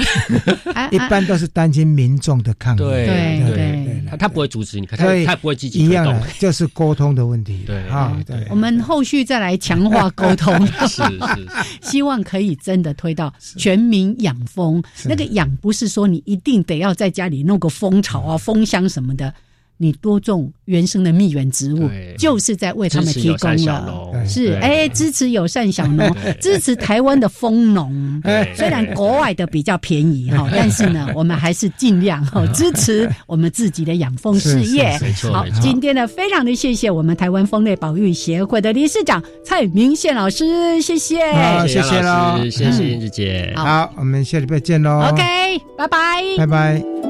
Speaker 1: 啊
Speaker 2: 一般都是担心民众的抗议。
Speaker 6: 对
Speaker 2: 对
Speaker 6: 他他不会阻止你，可他
Speaker 2: 所以
Speaker 6: 他不会积极
Speaker 2: 一
Speaker 6: 推
Speaker 2: 样啊
Speaker 6: 动
Speaker 2: 的，，就是沟通的问题。
Speaker 6: 对
Speaker 2: 啊，对。
Speaker 1: 我们后续再来强化 沟通，
Speaker 6: 是是
Speaker 1: 希望可以真的推到全民养蜂。那个养不是说你一定得要在家里弄个蜂巢
Speaker 6: 嗯
Speaker 1: 啊、蜂箱什么的，你多种原生的蜜源植物
Speaker 6: 对，
Speaker 1: 就是在为他们
Speaker 6: 支持
Speaker 1: 提
Speaker 6: 友善
Speaker 1: 供
Speaker 6: 小
Speaker 1: 了。
Speaker 6: 农
Speaker 1: 是，
Speaker 6: 对
Speaker 1: 哎，支持友善小农
Speaker 6: 对，
Speaker 1: 支持台湾的蜂农。
Speaker 2: 哎
Speaker 6: 对
Speaker 1: 虽然国外的比较便 宜哈，但是呢，我们还是尽量哈支持我们自己的养蜂事业。
Speaker 6: 嗯是是是没错
Speaker 1: 好
Speaker 6: 没，错
Speaker 1: 今天呢，非常的谢谢我们台湾蜂类保育协会的理事长蔡明宪老师，谢谢。
Speaker 2: 好谢谢
Speaker 6: 杨老师
Speaker 2: 喽
Speaker 1: 嗯
Speaker 6: 谢谢燕子姐，
Speaker 2: 好，我们下礼拜见喽。
Speaker 1: OK，拜拜。
Speaker 2: 拜拜。